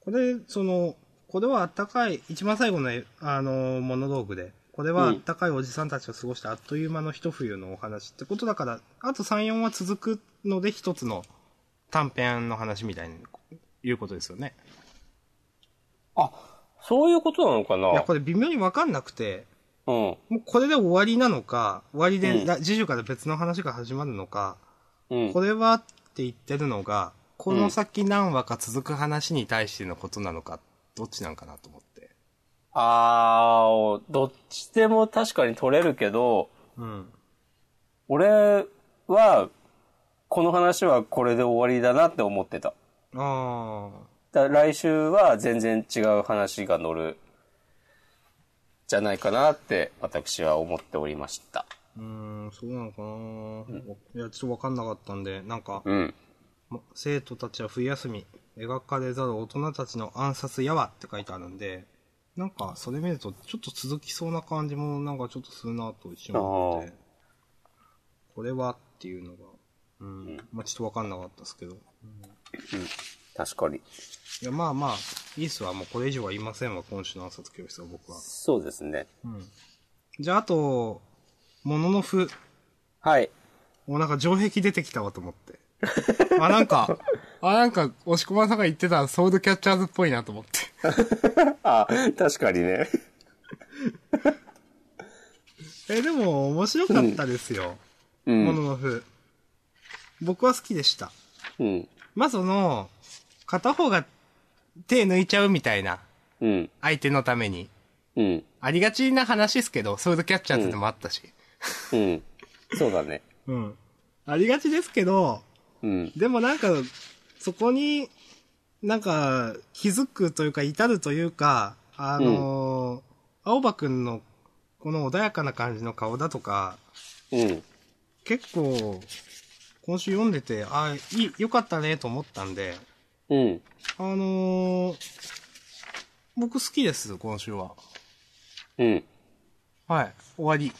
これ、その、これはあったかい、一番最後の、あの、モノローグで、これはあったかいおじさんたちを過ごしたあっという間の一冬のお話ってことだから、あと3、4は続くので、一つの短編の話みたいに、いうことですよね。
あ、そういうことなのか
いや、
な
これ微妙にわかんなくて、
うん。
もうこれで終わりなのか、終わりで、
うん
ら次週から別の話が始まるのか、
うん
こ。れはって言ってるのが、この先何話か続く話に対してのことなのか、どっちなんかなと思って。
あー、どっちでも確かに取れるけど、
うん。
俺は、この話はこれで終わりだなって思ってた。
あ
だ来週は全然違う話が乗る、じゃないかなって私は思っておりました。
ー。うーん、そうなのかな、いや、ちょっとわかんなかったんで、なんか、
うん。
ま生徒たちは冬休み、描かれざる大人たちの暗殺やわって書いてあるんで、なんか、それ見ると、ちょっと続きそうな感じも、なんかちょっとするなと一瞬思って、これはっていうのが、うん、まあちょっとわかんなかったですけど。
確かに。
いや、まあまあ、イースはもうこれ以上は言いませんわ、今週の暗殺教室は僕は。
そうですね。
うん。じゃあ、あと、もののふ、
はい。
もうなんか城壁出てきたわと思って。あ、なん か、あ、なんか、押し込まさんが言ってたソードキャッチャーズっぽいなと思って。
あ、確かにね。
え、でも、面白かったですよ。
う
も
ん。
ののふ。僕は好きでした。
うん。
まあ、その、片方が手抜いちゃうみたいな、
うん。
相手のために。
うん。
ありがちな話ですけど、ソードキャッチャーズでもあったし。
うん。そうだね。
うん。ありがちですけど、
うん。
でもなんか、そこに、なんか、気づくというか、至るというか、あのー青葉くんの、この穏やかな感じの顔だとか、
うん。
結構、今週読んでて、あいい、よかったねと思ったんで、
うん。
あのー僕好きです、今週は。
うん。
はい、終わり。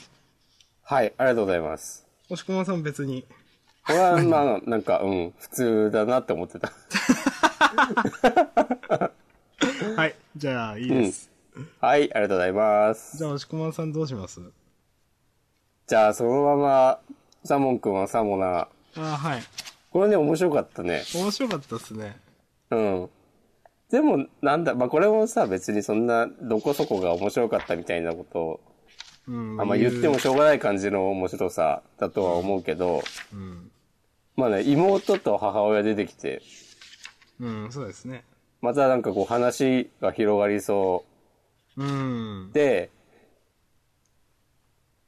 はい、ありがとうございます。
押し込まさん別に。
俺 は、まあ、なんか、うん、普通だなって思ってた。
はい、じゃあいいです。
はい、ありがとうございます。
じゃあ押し込まさんどうします
じゃあ、そのまま、サモン君はサモナー。
あーはい。
これね、面白かったね。
面白かったですね。
うん。でも、なんだ、まあ、これもさ、別にそんな、どこそこが面白かったみたいなことを、
うん。
あんま言ってもしょうがない感じの面白さだとは思うけど、
うん。
まあね、妹と母親出てきて、
うん、そうですね。
またなんかこう話が広がりそう。
うん。
で、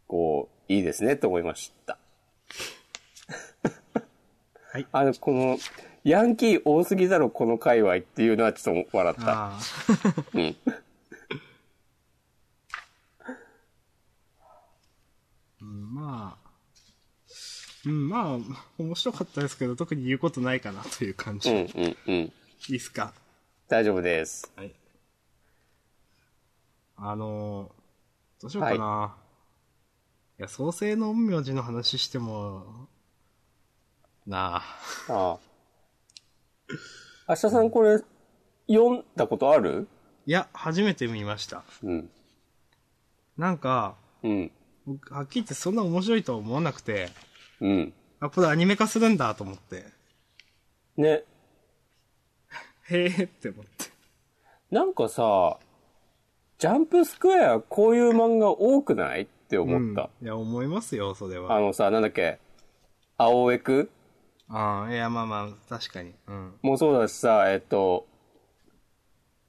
こう、いいですねと思いました。
はい
あの、この、ヤンキー多すぎだろ、この界隈っていうのはちょっと笑った。
ああ。
うん。
うんまあ。うん、まあ、面白かったですけど、特に言うことないかなという感
う
じ。
ん、う
い
ん、うん。
いっすか。
大丈夫です。
はい。あのーどうしようかな。い、や、創世の陰陽師の話しても、なあ。
ああ。明日さんこれ、読んだことある
いや、初めて見ました。
うん。
なんか、
うん。
僕はっきり言ってそんな面白いとは思わなくて、
うん。
あ、これアニメ化するんだと思って、
ね、
へえって思って。
なんかさ、ジャンプスクエアこういう漫画多くないって思った。
うんいや、思いますよ、それ
あ
は。
のさ、なんだっけ、青エク
ああ、いや、まあまあ、確かに。うん。
もそうだしさ、えっと、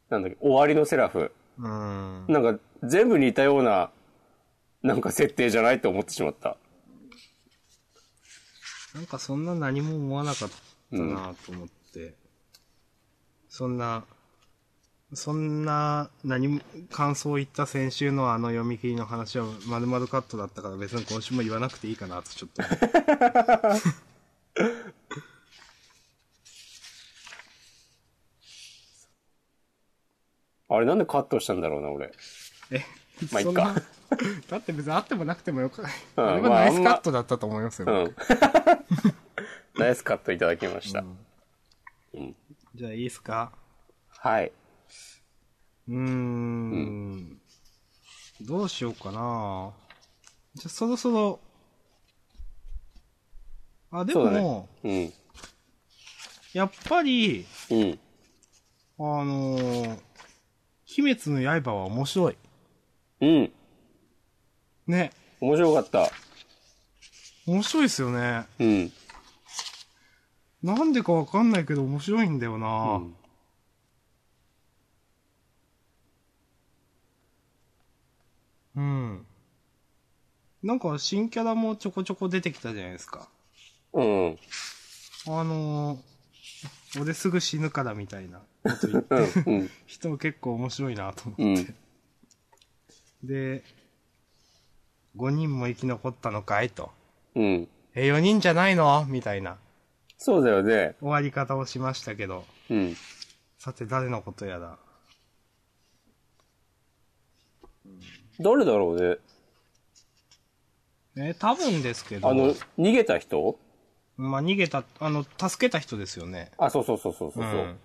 なんだっけ、終わりのセラフ。
うん。
なんか全部似たような、なんか設定じゃないって思ってしまった。
なんかそんな何も思わなかったなと思って、そんな、そんな何も感想を言った先週のあの読み切りの話はまるまるカットだったから別に今週も言わなくていいかなとちょっと思って。
あれなんでカットしたんだろうな、俺。
え、
まあい
そ
っ
んな
か。
だって別にあってもなくてもよくない。
うん
あれは
まあ
ナイスカットだったと思いますよ。
うん。ナイスカットいただきました。
じゃあいいですか
はい。
うーん。どうしようかなじゃあそろそろ、あ、で
そう
も、
だねうん。
やっぱり、
うん。
あのー鬼滅の刃は面白い。
うん。
ね。
面白かった。
面白いですよね。
うん。
なんでかわかんないけど面白いんだよな、
うん
うん。なんか新キャラもちょこちょこ出てきたじゃないですか。
うん。
あのー俺すぐ死ぬからみたいなこと言って
うん。 うん。
人結構面白いなと思って。
うん。
で、5人も生き残ったのかいと。
うん。
え、4人じゃないのみたいな
そうだよね。
終わり方をしましたけど。
うん。
さて、誰のことやら。
誰だろうね。
え、多分ですけど。
あの、逃げた人
まあ、逃げた、あの、助けた人ですよね。
あ、そうそうそうそうそう。
ん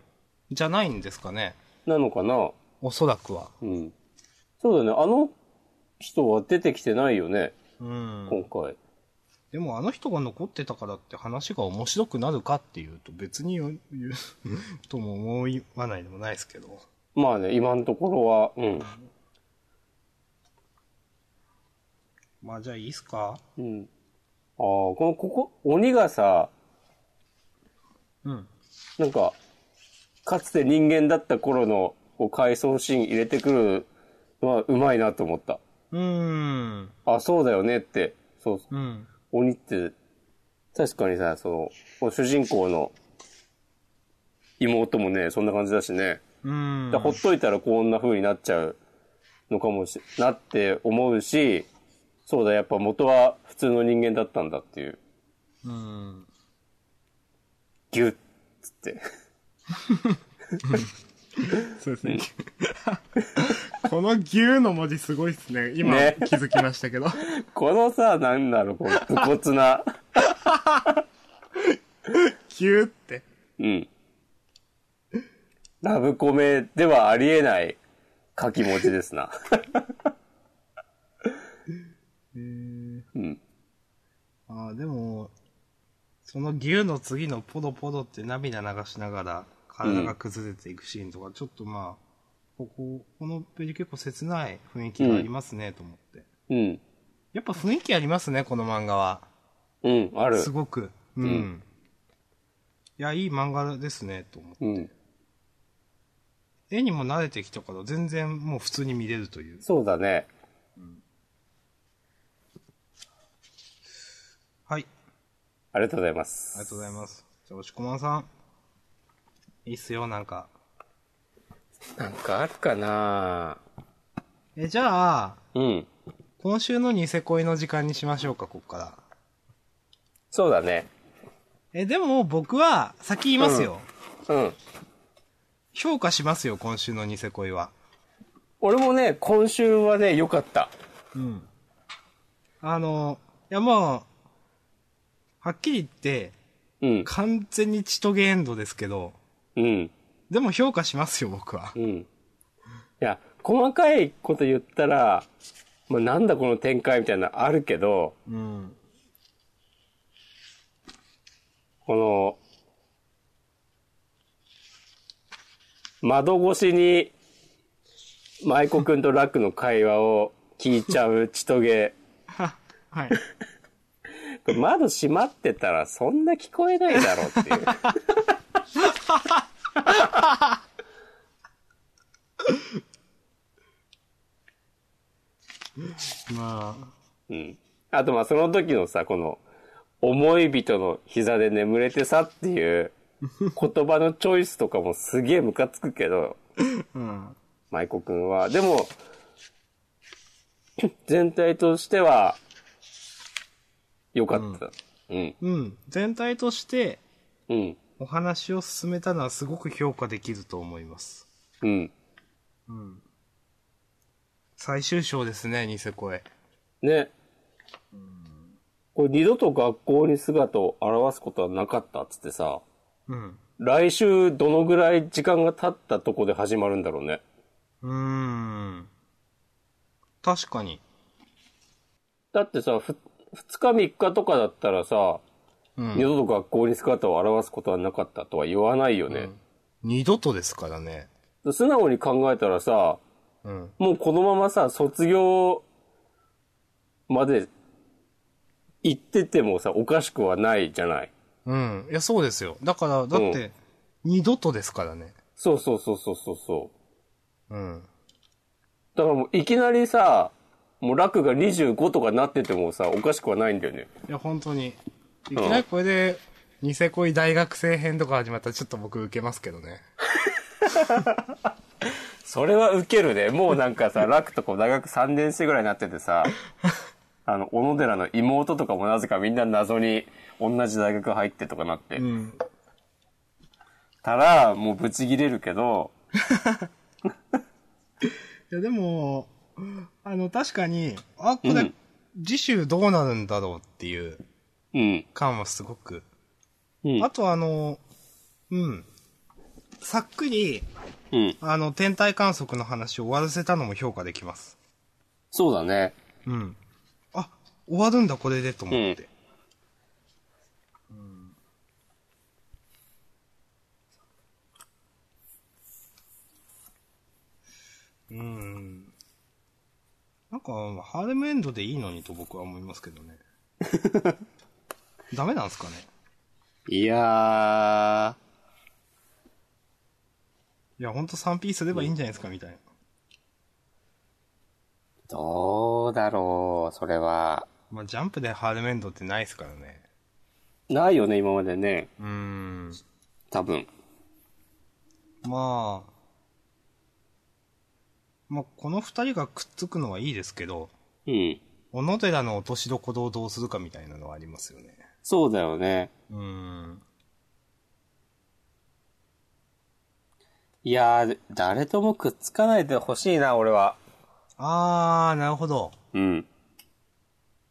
じゃないんですかね。
なのかな
おそらくは。
うん。そうだね。あの人は出てきてないよね。
うん。
今回。
でも、あの人が残ってたからって話が面白くなるかっていうと、別に言う、言うとも思わないでもないですけど。
まあね、今のところは。うん。
まあ、じゃあいいっすか
うん。ああ、この、ここ、鬼がさ、
うん。
なんか、かつて人間だった頃の、こう、回想シーン入れてくるのは、うまいなと思った。
うーん。
あ、そうだよねって。そう、
うん。
鬼って、確かにさ、その、こう主人公の妹もね、そんな感じだしね。
うん。
でほっといたらこんな風になっちゃうのかもしなって思うし、そうだ、やっぱ元は普通の人間だったんだっていう。
うん。
ギュッつって。
そうですね。 この牛の文字すごいですね。今
ね
気づきましたけど。
このさ、なんだろう、この 武骨な。
牛って。
うん。ラブコメではありえない書き文字ですな。うん。
ああ、でも、その牛の次のポドポドって涙流しながら体が崩れていくシーンとか、ちょっとまあ、ここ、このページ結構切ない雰囲気がありますね、と思って。
うん。
やっぱ雰囲気ありますね、この漫画は。
うん、ある
す。ごく。うん。いや、いい漫画ですね、と思って。
うん。
絵にも慣れてきたから、全然もう普通に見れるという。
そうだね。
はい。
ありがとうございま
ありがと
す。
うございます。じゃあ、押しこまんさん。いいっすよ、なんか。
なんかあるかな
え、じゃあ、
うん。
今週のニセ恋の時間にしましょうか、こっから。
そうだね。
え、でも僕は、先言いますよ。
うん。
評価しますよ、今週のニセ恋は。
俺もね、今週はね、良かった。
うん。あの、いやもう、はっきり言って、
うん。
完全にチトゲエンドですけど、
うん。
でも評価しますよ、僕は
う。ん。いや、細かいこと言ったら、まあ、なんだこの展開みたいなのあるけど、
うん。
この、窓越しに、舞子くんとラックの会話を聞いちゃうちとげ。
は、はい。
これ窓閉まってたらそんな聞こえないだろうっていう。
まあ、
うん。あとまあその時のさ、この、思い人の膝で眠れてさっていう言葉のチョイスとかもすげえムカつくけど、
うん。
舞子くんは。でも、 全体としては、良かった。うん。
うん。全体として、
うん。
お話を進めたのはすごく評価できると思います。
うん。
最終章ですね、ニセ声。
ね。これ二度と学校に姿を現すことはなかったっつってさ、
うん。
来週どのぐらい時間が経ったとこで始まるんだろうね。
うーん。確かに。
だってさ、ふ、二日三日とかだったらさ、
うん
二度と学校に姿を現すことはなかったとは言わないよね。
二度とですからね。
素直に考えたらさ、
うん。
もうこのままさ、卒業まで行っててもさ、おかしくはないじゃない。
うん。いや、そうですよ。だから、だって、二度とですからね。
そうそうそうそうそうそう。
うん。
だからもういきなりさ、もう楽が25とかなっててもさ、おかしくはないんだよね。
いや、本当に。いきなりこれで、ニセ恋大学生編とか始まったらちょっと僕受けますけどね。
それはウケるね。もうなんかさ、楽とこう大学3年生ぐらいになっててさ、あの、小野寺の妹とかもなぜかみんな謎に同じ大学入ってとかなって
うん。
たら、もうブチギレるけど、
いや、でも、あの、確かに、あ、これ、
うん
次週どうなるんだろうっていう
うん。
感はすごく。
うん
あとあの、うん。さっくり、
うん。
あの、天体観測の話を終わらせたのも評価できます。
そうだね。
うん。あ、終わるんだ、これで、と思って。うん。うん。なんか、ハーレムエンドでいいのにと僕は思いますけ どね。ダメなんすかね
いや
いや、ほんと 3P すればいいんじゃないですか、みたいな。
ー、どうだろう、それは。
まあ、ジャンプでハーレムエンドってないですからね。
ないよね、今までね。
うーん。
多分。
まあ、まあ、この二人がくっつくのはいいですけど、
うん。
小野寺の落としどころをどうするかみたいなのはありますよね。
そうだよね。
うーん。
いやー、誰ともくっつかないでほしいな、俺は。
あー、なるほど。
うん。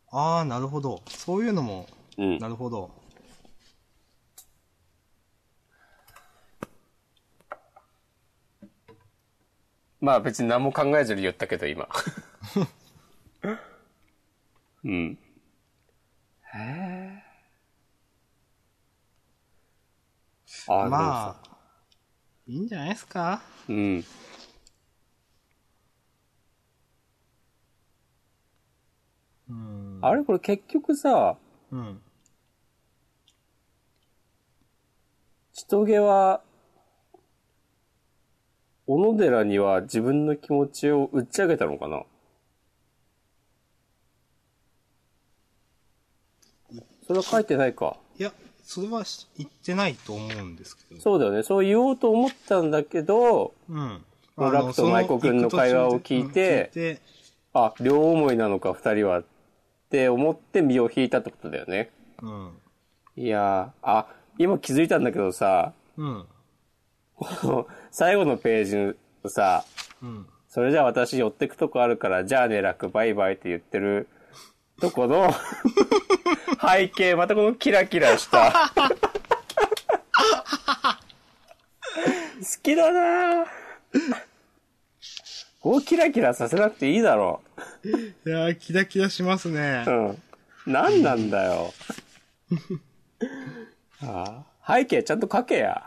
あー、なるほど。そういうのも、
うん
な。るほど。
まあ別に何も考えずに言ったけど、 今。うん。へえ。あ、
まあ、いいんじゃないですか
でもさうん。
うん。
あれこれ結局さ、
うん。
人毛は、小野寺には自分の気持ちを打ち上げたのかなそれは書いてないか。
いや、それはし言ってないと思うんですけど。
そうだよね。そう言おうと思ったんだけど、
うん。
もうラクとマイコ君の会話を聞いて
うん聞いて
あ、両思いなのか二人はって思って身を引いたってことだよね。
うん。
いやー、あ、今気づいたんだけどさ、
うん。
この最後のページのさ、
うん。
それじゃあ私寄ってくとこあるから、じゃあね、楽、バイバイって言ってるとこの背景、またこのキラキラしたきだなぁ。こうキラキラさせなくていいだろ
いやー、キラキラしますね
う。。うん。なんなんだよ。ああ背景ちゃんと書けや。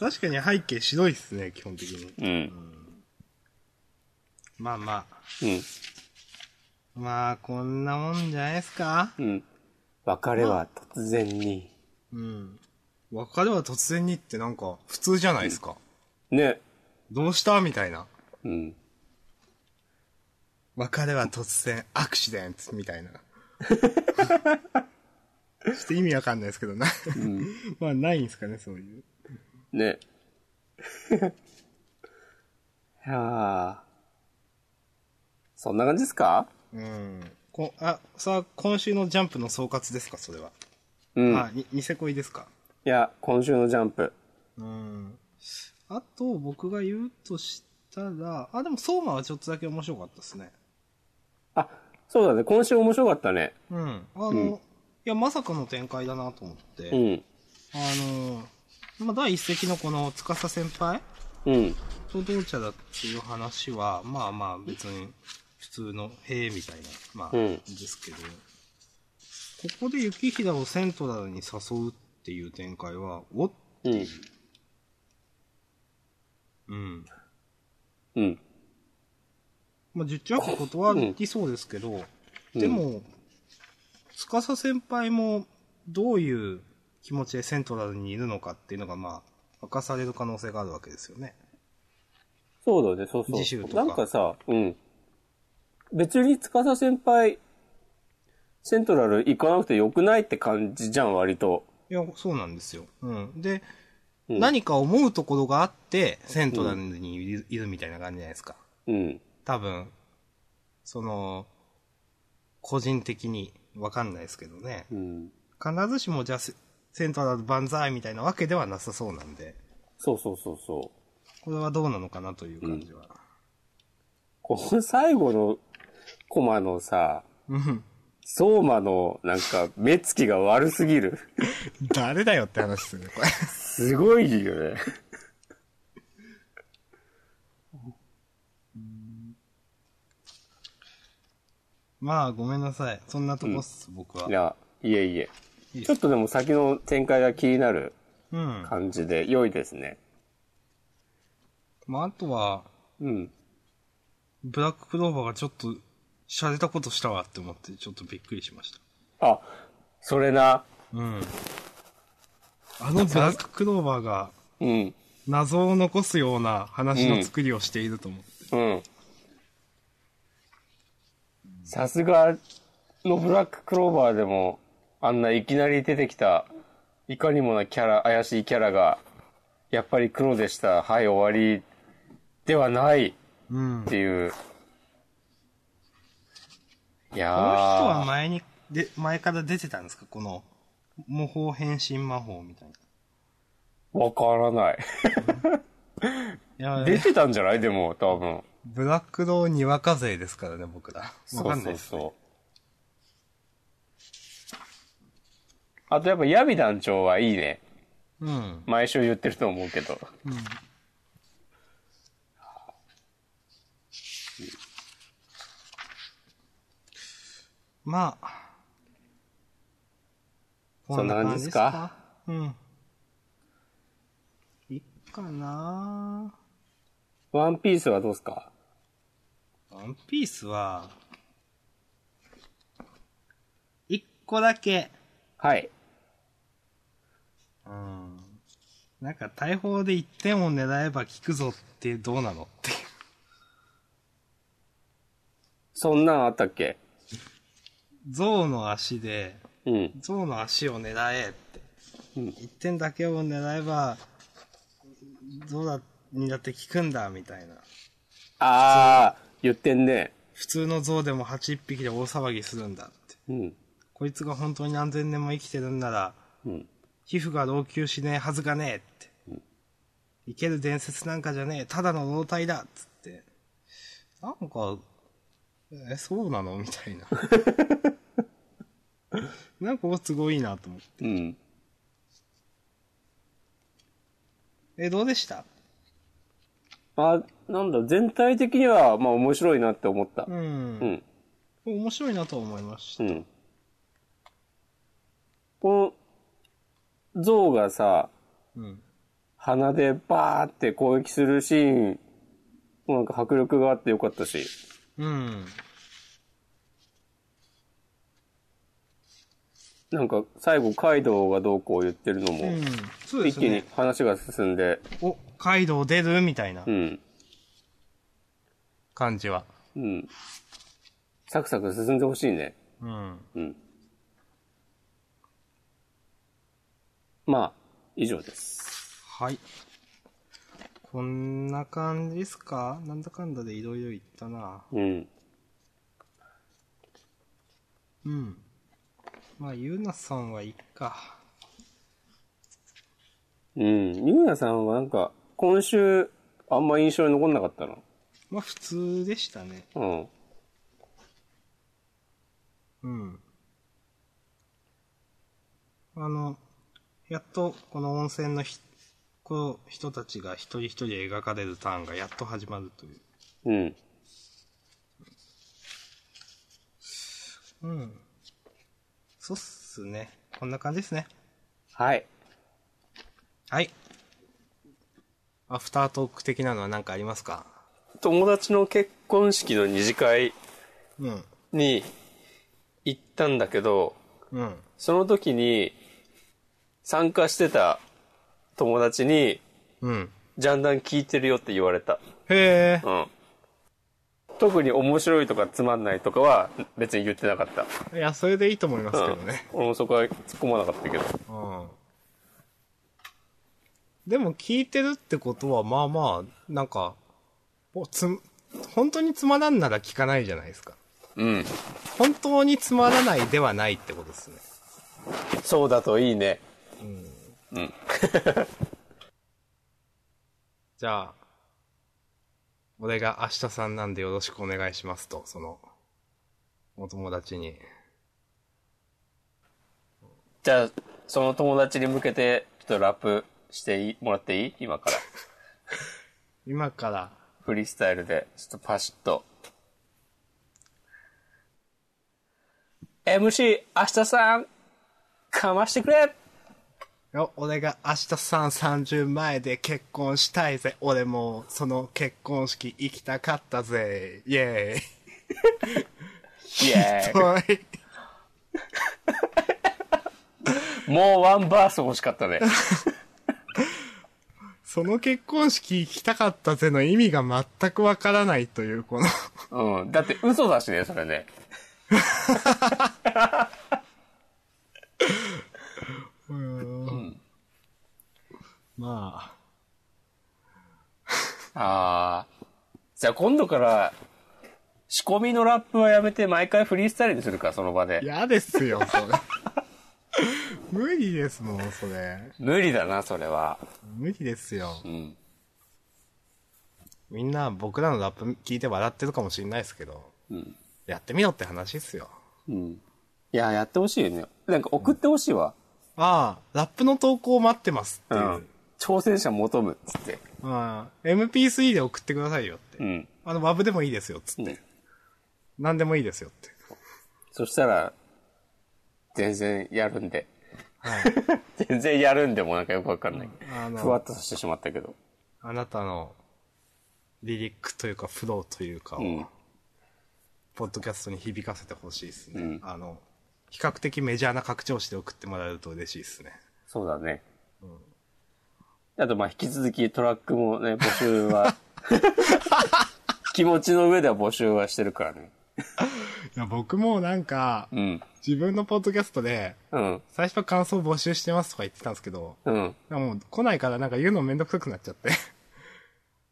確かに背景白いっすね、基本的に。
うん。
まあまあ。
うん。
まあ、こんなもんじゃないですか
うん。別れは突然に。
うん。別れは突然にってなんか、普通じゃないですか。
ね。
どうしたみたいな。
うん。
別れは突然、アクシデントみ たいな。ちょっと意味わかんないですけどな。まあ、ないんですかね、そういう。
ね。いやーそんな感じですか
うん。こあ、さあ、今週のジャンプの総括ですか、それは。
うん。
あ、に、ニセ恋ですか。
いや、今週のジャンプ。
うん。あと、僕が言うとしたら、あ、でも、相馬はちょっとだけ面白かったですね。
あ、そうだね。今週面白かったね。
うん。あの、いや、まさかの展開だなと思って。
うん。
あの、まあ、第一席のこの、司先輩
うん。
と同茶だっていう話は、まあまあ、別に、普通の、へえ、みたいな、まあ、
うん
ですけど、ここで雪平をセントラルに誘うっていう展開は、お
うん。
うん。
うん。
まあ、十中八九断りそうですけど、
うん
でも、司先輩もどういう気持ちでセントラルにいるのかっていうのが、まあ、明かされる可能性があるわけですよね。
そうだね、そうそう。
次週とか
なんかさ、うん。別に司先輩、セントラル行かなくてよくないって感じじゃん、割と。
いや、そうなんですよ。うん。で、
うん
何か思うところがあって、セントラルにいる,、いるみたいな感じじゃないですか。
うん。
多分、その、個人的にわかんないですけどね。
うん。
必ずしも、じゃあセ、セントラル万歳みたいなわけではなさそうなんで。
そうそうそうそう。
これはどうなのかなという感じは。
この最後のコマのさ、
うん。
相馬のなんか目つきが悪すぎる。
誰だよって話ですよね、これ。
すごいよね。。
まあ、ごめんなさい。そんなとこっす、僕はい
や、いえいえ
いいっ。
ち
す
ょっとでも先の展開が気になる
うん。
感じで良いですね。
まあ、あとは、
うん。
ブラッククローバーがちょっと、洒落たことしたわって思って、ちょっとびっくりしました。
あ、それな。
うん。あのブラッククローバーが、
うん。
謎を残すような話の作りをしていると思って。
うん。さすがのブラッククローバーでも、あんないきなり出てきた、いかにもなキャラ、怪しいキャラが、やっぱり黒でした、はい、終わり、ではないっ
うん。こ
ていう。いやー。
の人は前に、で、前から出てたんですかこの、模倣変身魔法みたいな。
わからない。
いや
出てたんじゃないでも、多分。
ブラックのにわか勢ですからね、僕ら。わかんないです。
そうそうそう。あとやっぱ、ヤビ団長はいいね。
うん。
毎週言ってると思うけど。
まあ。
そんな感じですか
こんな感じですかうん。いっかな
ワンピースはどうですか
ワンピースは、一個だけ、
はい。
うん。なんか大砲で1点を狙えば効くぞってどうなのっていう。
そんなんあったっけ
象の足で、
うん。
象の足を狙えって。
うん
一点だけを狙えば、どうだ、にだって効くんだ、みたいな。
あー、言ってんね。
普通の象でも8匹で大騒ぎするんだって。
うん。
こいつが本当に何千年も生きてるんなら、
うん。
皮膚が老朽しねえはずがねえって。生ける伝説なんかじゃねえ、ただの老体だっつって。なんか、え、そうなのみたいな。なんかすごいいいなと思って。
うん。
え、どうでした
あ、なんだ、全体的には、まあ面白いなって思った
う。ん。
うん。
面白いなとは思いました。
うん。この、象がさ、
うん。
鼻でバーって攻撃するシーン、もなんか迫力があってよかったし。
うん。
なんか最後カイドウがどうこう言ってるの
う
も、
ん。そうで
一
す
気に
ね。
話が進んで、
お、カイドウ出るみたいな
うん、
感じは。
うん。サクサク進んでほしいね。
うん。
うん。まあ、以上です。
はい。こんな感じですかなんだかんだでいろいろ言ったな。
うん。
うん。まあ、ゆうなさんはいいか。
うん。ゆうなさんはなんか、今週、あんま印象に残んなかったな。
まあ、普通でしたね。
うん。
うん。あの、やっとこの温泉のひ、こう人たちが一人一人描かれるターンがやっと始まるという。
うん。
うん。そうっすね。こんな感じですね。
はい。
はい。アフタートーク的なのは何かありますか
友達の結婚式の二次会
うん。
に行ったんだけど、
うん。
その時に参加してた友達に、
うん。
ジャンダン聞いてるよって言われた。
へえ
う。ん。特に面白いとかつまんないとかは別に言ってなかった。
いや、それでいいと思いますけ
う
ど
ん
ね。。
俺もそこは突っ込まなかったけど。
うん。でも聞いてるってことは、まあまあ、なんか、おつ、本当につまらんなら聞かないじゃないですか。
うん。
本当につまらないではないってことですね。
そうだといいね。
じゃあ、俺が明日さんなんでよろしくお願いしますと、その、お友達に。
じゃあ、その友達に向けて、ちょっとラップしていもらっていい今から。
今から、
フリースタイルで、ちょっとパシッと。MC、明日さん、かましてくれ
よ俺が明日さん30前で結婚したいぜ。俺も、その結婚式行きたかったぜ。イェー
イ
イ。
エー
はい。
イもうワンバース欲しかったね。
その結婚式行きたかったぜの意味が全くわからないという、この。
うん。だって嘘だしね、それね。
まあ、
ああ。じゃあ今度から、仕込みのラップはやめて毎回フリースタイルにするか、その場で。
嫌ですよ、それ。 無理ですもん、それ。
無理だな、それは。
無理ですよ。
うん。
みんな僕らのラップ聞いて笑ってるかもしれないですけど、
うん。
やってみろって話ですよ。
うん。いや、やってほしいよね。なんか送ってほしいわ。
ああ、ラップの投稿待ってますってい
う
う。
ん挑戦者求む、つって。
まあ、MP3 で送ってくださいよって。
うん。
あの、WAV でもいいですよ、つって。
うん
何でもいいですよって。
そしたら、全然やるんで。
はい。
全然やるんでもなんかよくわかんない。
あの
ふわっとさせてしまったけど。
あなたのリリックというかフローというかを、
うん。
ポッドキャストに響かせてほしいですね、
うん
あの、比較的メジャーな拡張子で送ってもらえると嬉しいですね。
そうだね。あと、まあ、引き続きトラックもね、募集は、 気持ちの上では募集はしてるからね。
いや、僕もなんか、
うん。
自分のポッドキャストで、
うん。
最初は感想募集してますとか言ってたんですけど、
うん。
もう来ないからなんか言うのめんどくさくなっちゃって。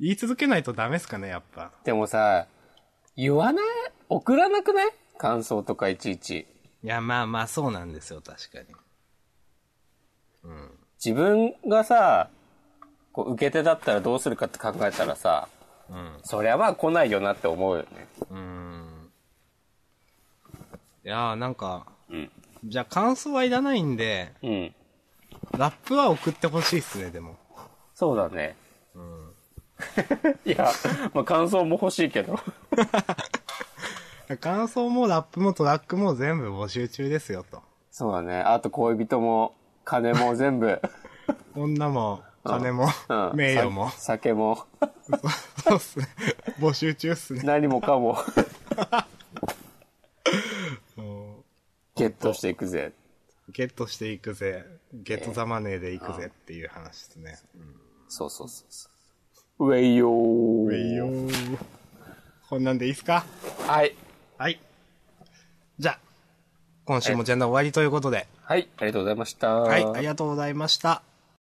言い続けないとダメですかね、やっぱ。
でもさ、言わない送らなくない感想とかいちいち。
いや、まあまあそうなんですよ、確かに。
自分がさ、こう、受け手だったらどうするかって考えたらさ、
うん。
そりゃまあ来ないよなって思うよね。
うーんいやーなんか、じゃあ感想はいらないんで、
うん。
ラップは送ってほしいっすね、でも。
そうだね。うん。いや、まあ、感想も欲しいけど。
感想もラップもトラックも全部募集中ですよ、と。
そうだね。あと恋人も、金も全 部。
女も、金も、
うん。
名誉も
さ。酒も、
そうっすね。募集中っすね。
何もかも、
も
ゲットしていくぜ。
うゲットしていくぜ。ゲットザマネーでいくぜっていう話ですね。
そうそうそうそう。ウェイヨー。ウ
えいよーこんなんでいいっすか
はい。
はい。じゃあ、今週もジェンダー終わりということで。
はい。ありがとうございました。
はい、ありがとうございました。